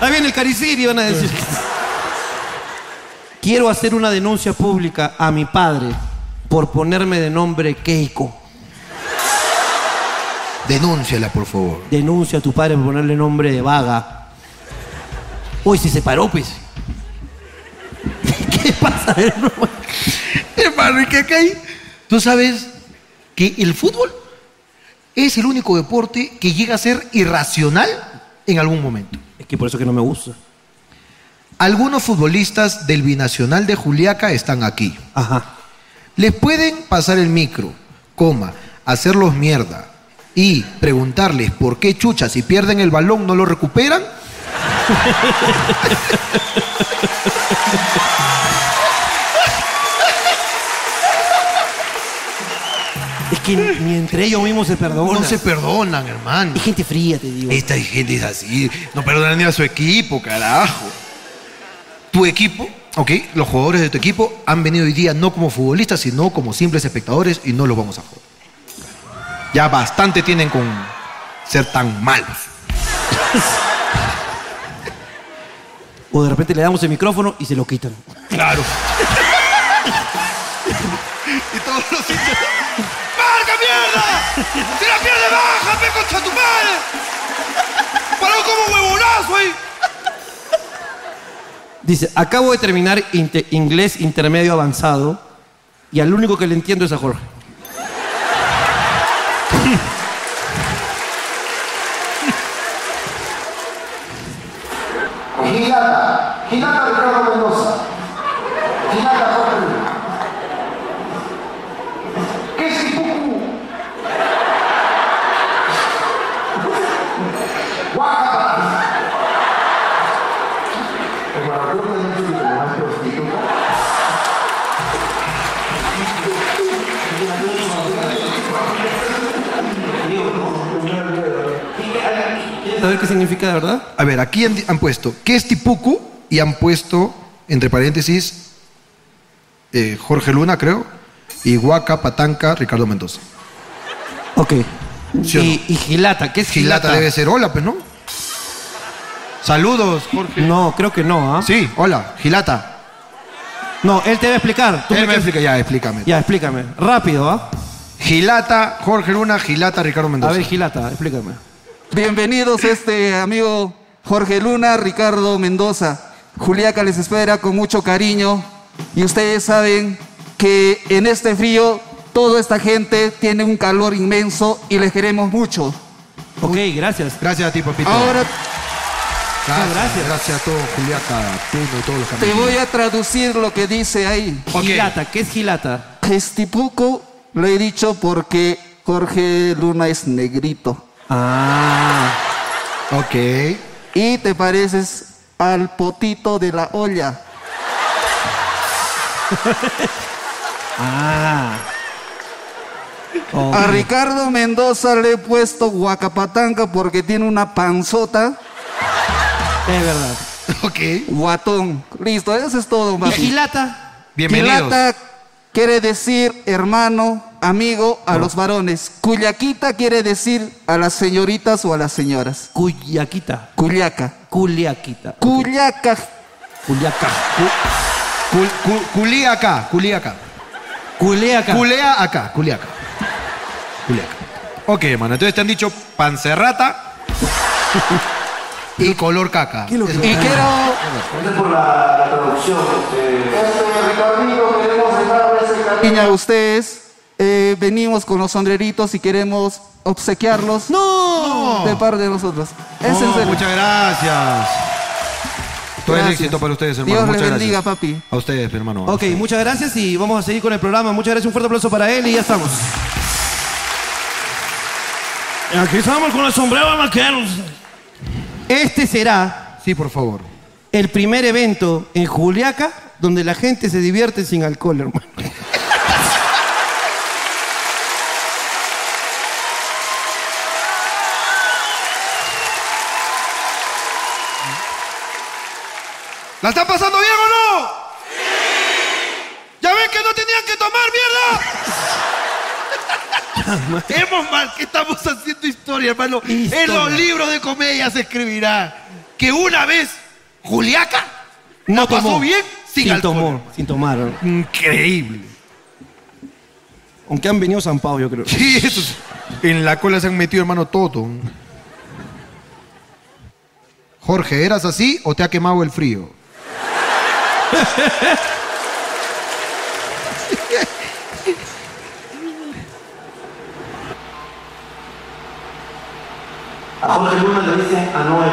Speaker 1: Ahí viene el cariciri, van a decir. Quiero hacer una denuncia pública a mi padre por ponerme de nombre Keiko.
Speaker 2: Denúnciala, por favor.
Speaker 1: Denuncia a tu padre por ponerle nombre de vaga. Uy, se separó, pues. ¿Qué pasa?
Speaker 2: Hermano, ¿y qué acá hay? Tú sabes que el fútbol es el único deporte que llega a ser irracional en algún momento.
Speaker 1: Es que por eso que no me gusta.
Speaker 2: Algunos futbolistas del Binacional de Juliaca están aquí.
Speaker 1: Ajá.
Speaker 2: Les pueden pasar el micro, coma, hacerlos mierda y preguntarles por qué chucha si pierden el balón no lo recuperan.
Speaker 1: Es que ni entre ellos mismos se perdonan.
Speaker 2: No se perdonan, hermano.
Speaker 1: Es gente fría, te digo.
Speaker 2: Esta gente es así. No perdonan ni a su equipo, carajo. Tu equipo, ok, los jugadores de tu equipo han venido hoy día no como futbolistas, sino como simples espectadores y no los vamos a joder. Ya bastante tienen con ser tan malos.
Speaker 1: O de repente le damos el micrófono y se lo quitan.
Speaker 2: Claro. y todos los hinchas. ¡Marca, mierda! ¡Si la pierde, baja, pe contra tu madre! ¡Paró como huevonazo ahí!
Speaker 1: Dice, acabo de terminar inte- inglés intermedio avanzado y al único que le entiendo es a Jorge.
Speaker 15: Gilata, Gilata Ricardo Mendoza. Gilata Jorge Luna. ¿Qué es Ipucu? Guacata. El maratón de Nacho y la más prostituta.
Speaker 1: A ver qué significa de verdad.
Speaker 2: A ver, aquí han, han puesto, ¿qué es Tipucu? Y han puesto, entre paréntesis, eh, Jorge Luna, creo, y Huaca, Patanca, Ricardo Mendoza.
Speaker 1: Ok.
Speaker 2: ¿Sí o no?
Speaker 1: y, y Gilata, ¿qué es Gilata?
Speaker 2: Gilata debe ser hola, pues, ¿no? Saludos, Jorge.
Speaker 1: No, creo que no, ¿ah?
Speaker 2: Sí, hola, Gilata.
Speaker 1: No, él te va a explicar. Tú
Speaker 2: Él
Speaker 1: me-
Speaker 2: me explica, ya, explícame.
Speaker 1: Ya, explícame. Rápido, ¿ah?
Speaker 2: Gilata, Jorge Luna, Gilata, Ricardo
Speaker 1: A
Speaker 2: Mendoza.
Speaker 1: ver, Gilata, explícame.
Speaker 16: Bienvenidos este amigo Jorge Luna, Ricardo Mendoza. Juliaca les espera con mucho cariño y ustedes saben que en este frío toda esta gente tiene un calor inmenso y les queremos mucho.
Speaker 1: Ok, gracias.
Speaker 2: Gracias a ti, papito.
Speaker 16: Ahora
Speaker 2: gracias, gracias. a todos, Juliaca, Puno y todos los
Speaker 16: te
Speaker 2: camioneros.
Speaker 16: voy a traducir lo que dice ahí.
Speaker 1: Gilata, ¿qué es Gilata?
Speaker 16: Gestipuco lo he dicho porque Jorge Luna es negrito.
Speaker 1: Ah.
Speaker 2: Ok.
Speaker 16: Y te pareces al potito de la olla.
Speaker 1: Ah. Ok.
Speaker 16: A Ricardo Mendoza le he puesto guacapatanca porque tiene una panzota.
Speaker 1: Es verdad.
Speaker 2: Ok.
Speaker 16: Guatón. Listo, eso es todo,
Speaker 1: ¿Y
Speaker 16: Mati.
Speaker 1: Gilata?
Speaker 2: Bienvenidos.
Speaker 16: Quilata quiere decir hermano, amigo a los varones. Cuyaquita quiere decir a las señoritas o a las señoras.
Speaker 1: Cuyaquita.
Speaker 16: Culiaca.
Speaker 1: Culiaquita.
Speaker 16: Culiaca.
Speaker 1: Culiaca.
Speaker 2: Cul- cul- culía acá, culía acá.
Speaker 1: Culiaca.
Speaker 2: Culea acá, culea acá. Culea acá. Ok, hermano, entonces te han dicho pancerrata y color caca. Eso.
Speaker 16: Y quiero Niña, a ustedes eh, venimos con los sombreritos y queremos obsequiarlos
Speaker 1: ¡No!
Speaker 16: de parte de nosotros. Es en
Speaker 2: Oh,
Speaker 16: serio.
Speaker 2: muchas gracias. Todo el
Speaker 16: Gracias.
Speaker 2: éxito para ustedes, hermano.
Speaker 16: Dios les
Speaker 2: muchas
Speaker 16: bendiga,
Speaker 2: gracias.
Speaker 16: papi.
Speaker 2: A ustedes, hermano.
Speaker 1: Ok, muchas gracias y vamos a seguir con el programa. Muchas gracias, un fuerte aplauso para él y ya estamos. Aquí estamos con el sombrero de vaqueros. Este será
Speaker 2: Sí, por favor.
Speaker 1: el primer evento en Juliaca donde la gente se divierte sin alcohol, hermano.
Speaker 2: ¿La están pasando bien o no? ¿Ya ven que no tenían que tomar mierda? Hemos mal que estamos haciendo historia, hermano. En los libros de comedia se escribirá que una vez Juliaca
Speaker 17: No
Speaker 2: la pasó
Speaker 17: tomó.
Speaker 2: bien sin,
Speaker 17: sin
Speaker 2: alcohol.
Speaker 17: tomar, sin tomar.
Speaker 2: Increíble.
Speaker 17: Aunque han venido zampados, yo creo.
Speaker 2: Sí, eso sí. En la cola se han metido, hermano, todo. Jorge, ¿eras así o te ha quemado el frío?
Speaker 1: A Jorge Luna le dicen Anuel.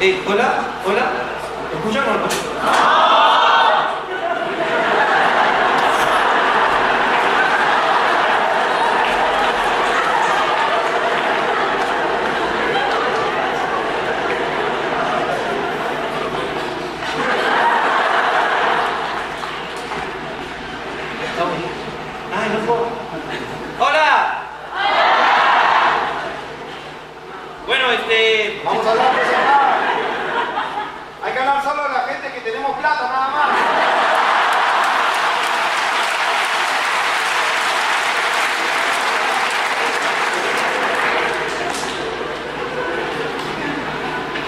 Speaker 1: Eh,
Speaker 11: hola, hola. ¿Escuchan o no?
Speaker 18: Ay, no puedo. ¡Hola!
Speaker 11: Bueno, este.
Speaker 1: Vamos a hablar pues acá. Hay que hablar solo a la gente que tenemos plata nada más.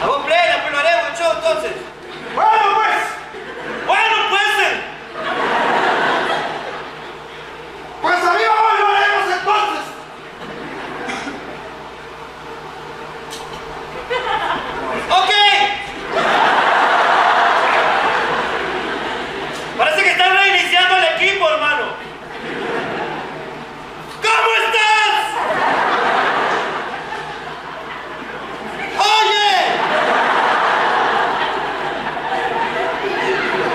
Speaker 11: A vos plena, pero lo haremos yo entonces. Bueno, pues. Bueno, pues.
Speaker 1: Pues arriba hoy lo haremos entonces.
Speaker 11: Ok. Parece que están reiniciando el equipo, hermano. ¿Cómo estás? Oye. Ah. ¡Ah!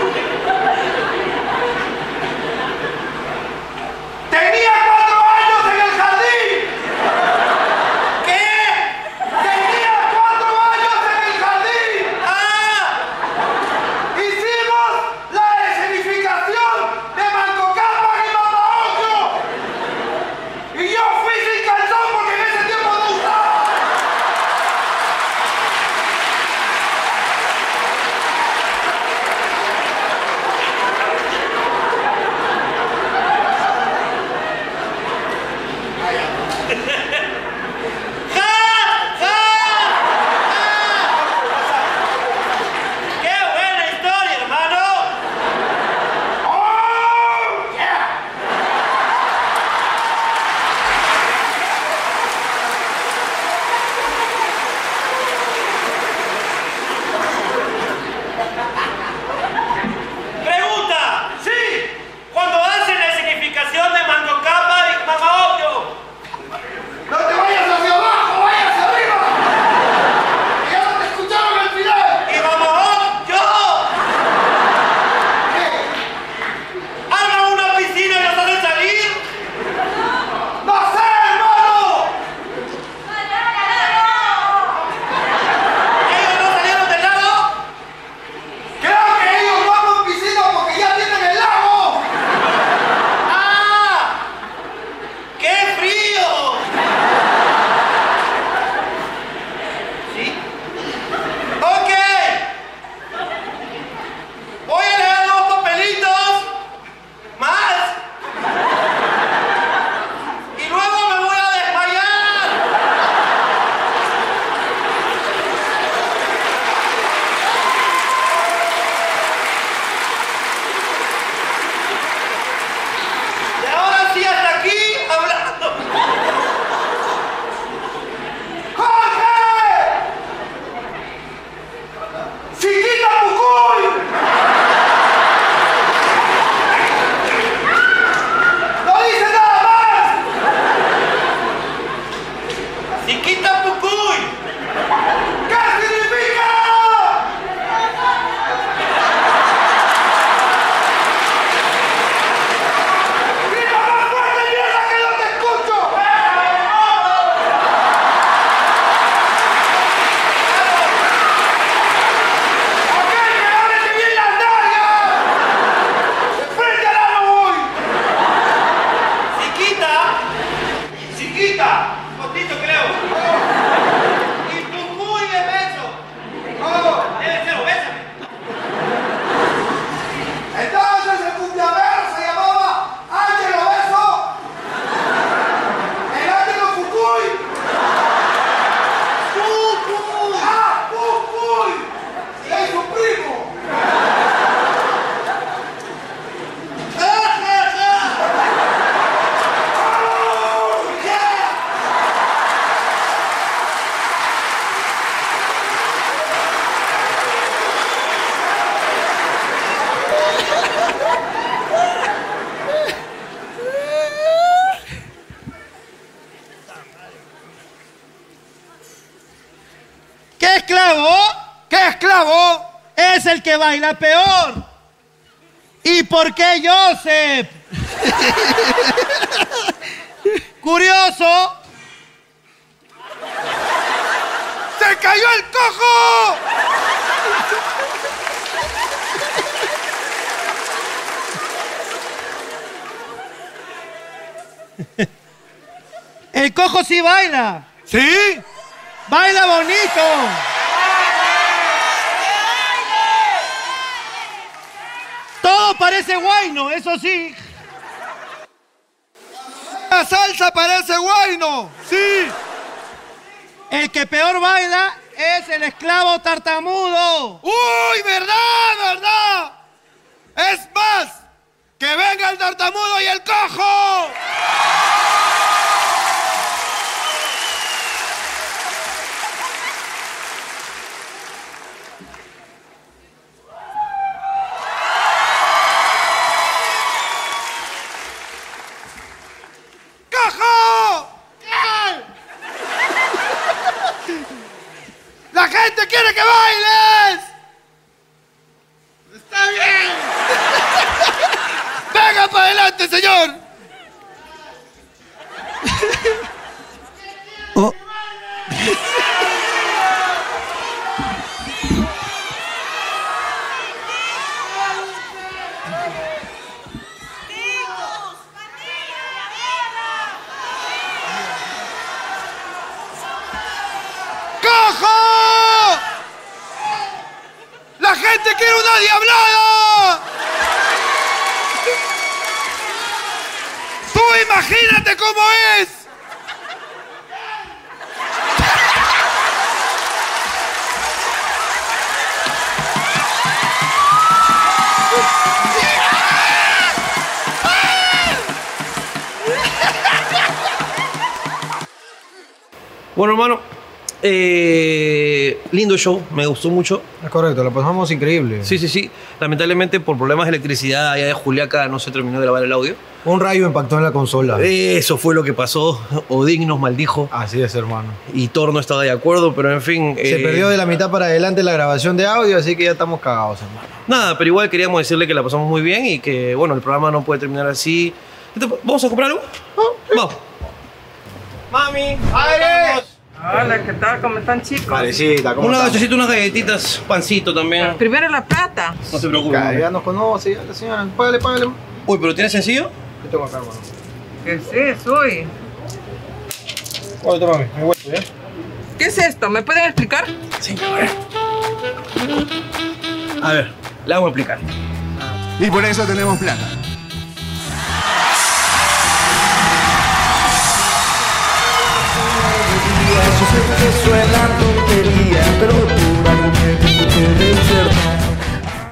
Speaker 2: Oh,
Speaker 11: Ah,
Speaker 19: esclavo, ¿qué esclavo? Es el que baila peor. ¿Y por qué Joseph? Curioso.
Speaker 11: ¡Se cayó el cojo!
Speaker 19: El cojo sí baila.
Speaker 11: ¿Sí?
Speaker 19: Baila bonito. Todo parece guayno, eso sí.
Speaker 11: La salsa parece guayno. Sí.
Speaker 19: El que peor baila es el esclavo tartamudo.
Speaker 11: ¡Uy, verdad, verdad! Es más, que venga el tartamudo y el cojo. ¡Cojo! ¡La gente quiere que bailes! ¡Está bien! ¡Venga para adelante, señor! ¡Cojo! ¡La gente quiere una diablada! ¡Tú imagínate cómo es!
Speaker 1: Bueno, hermano, eh, lindo show, me gustó mucho.
Speaker 2: Es correcto, la pasamos increíble.
Speaker 1: Sí, sí, sí. Lamentablemente por problemas de electricidad allá de Juliaca no se terminó de grabar el audio.
Speaker 2: Un rayo impactó en la consola.
Speaker 1: Eso fue lo que pasó. Odín nos maldijo.
Speaker 2: Así es, hermano.
Speaker 1: Y Thor no estaba de acuerdo, pero en fin.
Speaker 2: Se
Speaker 1: eh,
Speaker 2: perdió de la mitad para adelante la grabación de audio, así que ya estamos cagados, hermano.
Speaker 1: Nada, pero igual queríamos decirle que la pasamos muy bien y que, bueno, el programa no puede terminar así. Entonces, ¿Vamos a comprar algo? Vamos.
Speaker 11: ¡Mami! ¡Aire!
Speaker 6: Hola, ¿qué tal? ¿Cómo están, chicos?
Speaker 2: Parecita, ¿cómo
Speaker 1: Una
Speaker 2: estamos?
Speaker 1: gachocita, unas galletitas, pancito también.
Speaker 6: Primero la plata.
Speaker 1: No se preocupe.
Speaker 2: Cara,
Speaker 1: mami.
Speaker 2: ya nos conoce, ya la señora. Págale, págale.
Speaker 1: Uy, pero ¿tiene sencillo?
Speaker 2: Yo tengo acá, hermano.
Speaker 6: ¿Qué es eso? uy?
Speaker 2: Oye, mami, ¿eh? me vuelto, ¿ya?
Speaker 6: ¿Qué es esto? ¿Me pueden explicar?
Speaker 1: A ver, la vamos a explicar.
Speaker 13: Y por eso tenemos plata.
Speaker 16: Yo sé que suena tontería, pero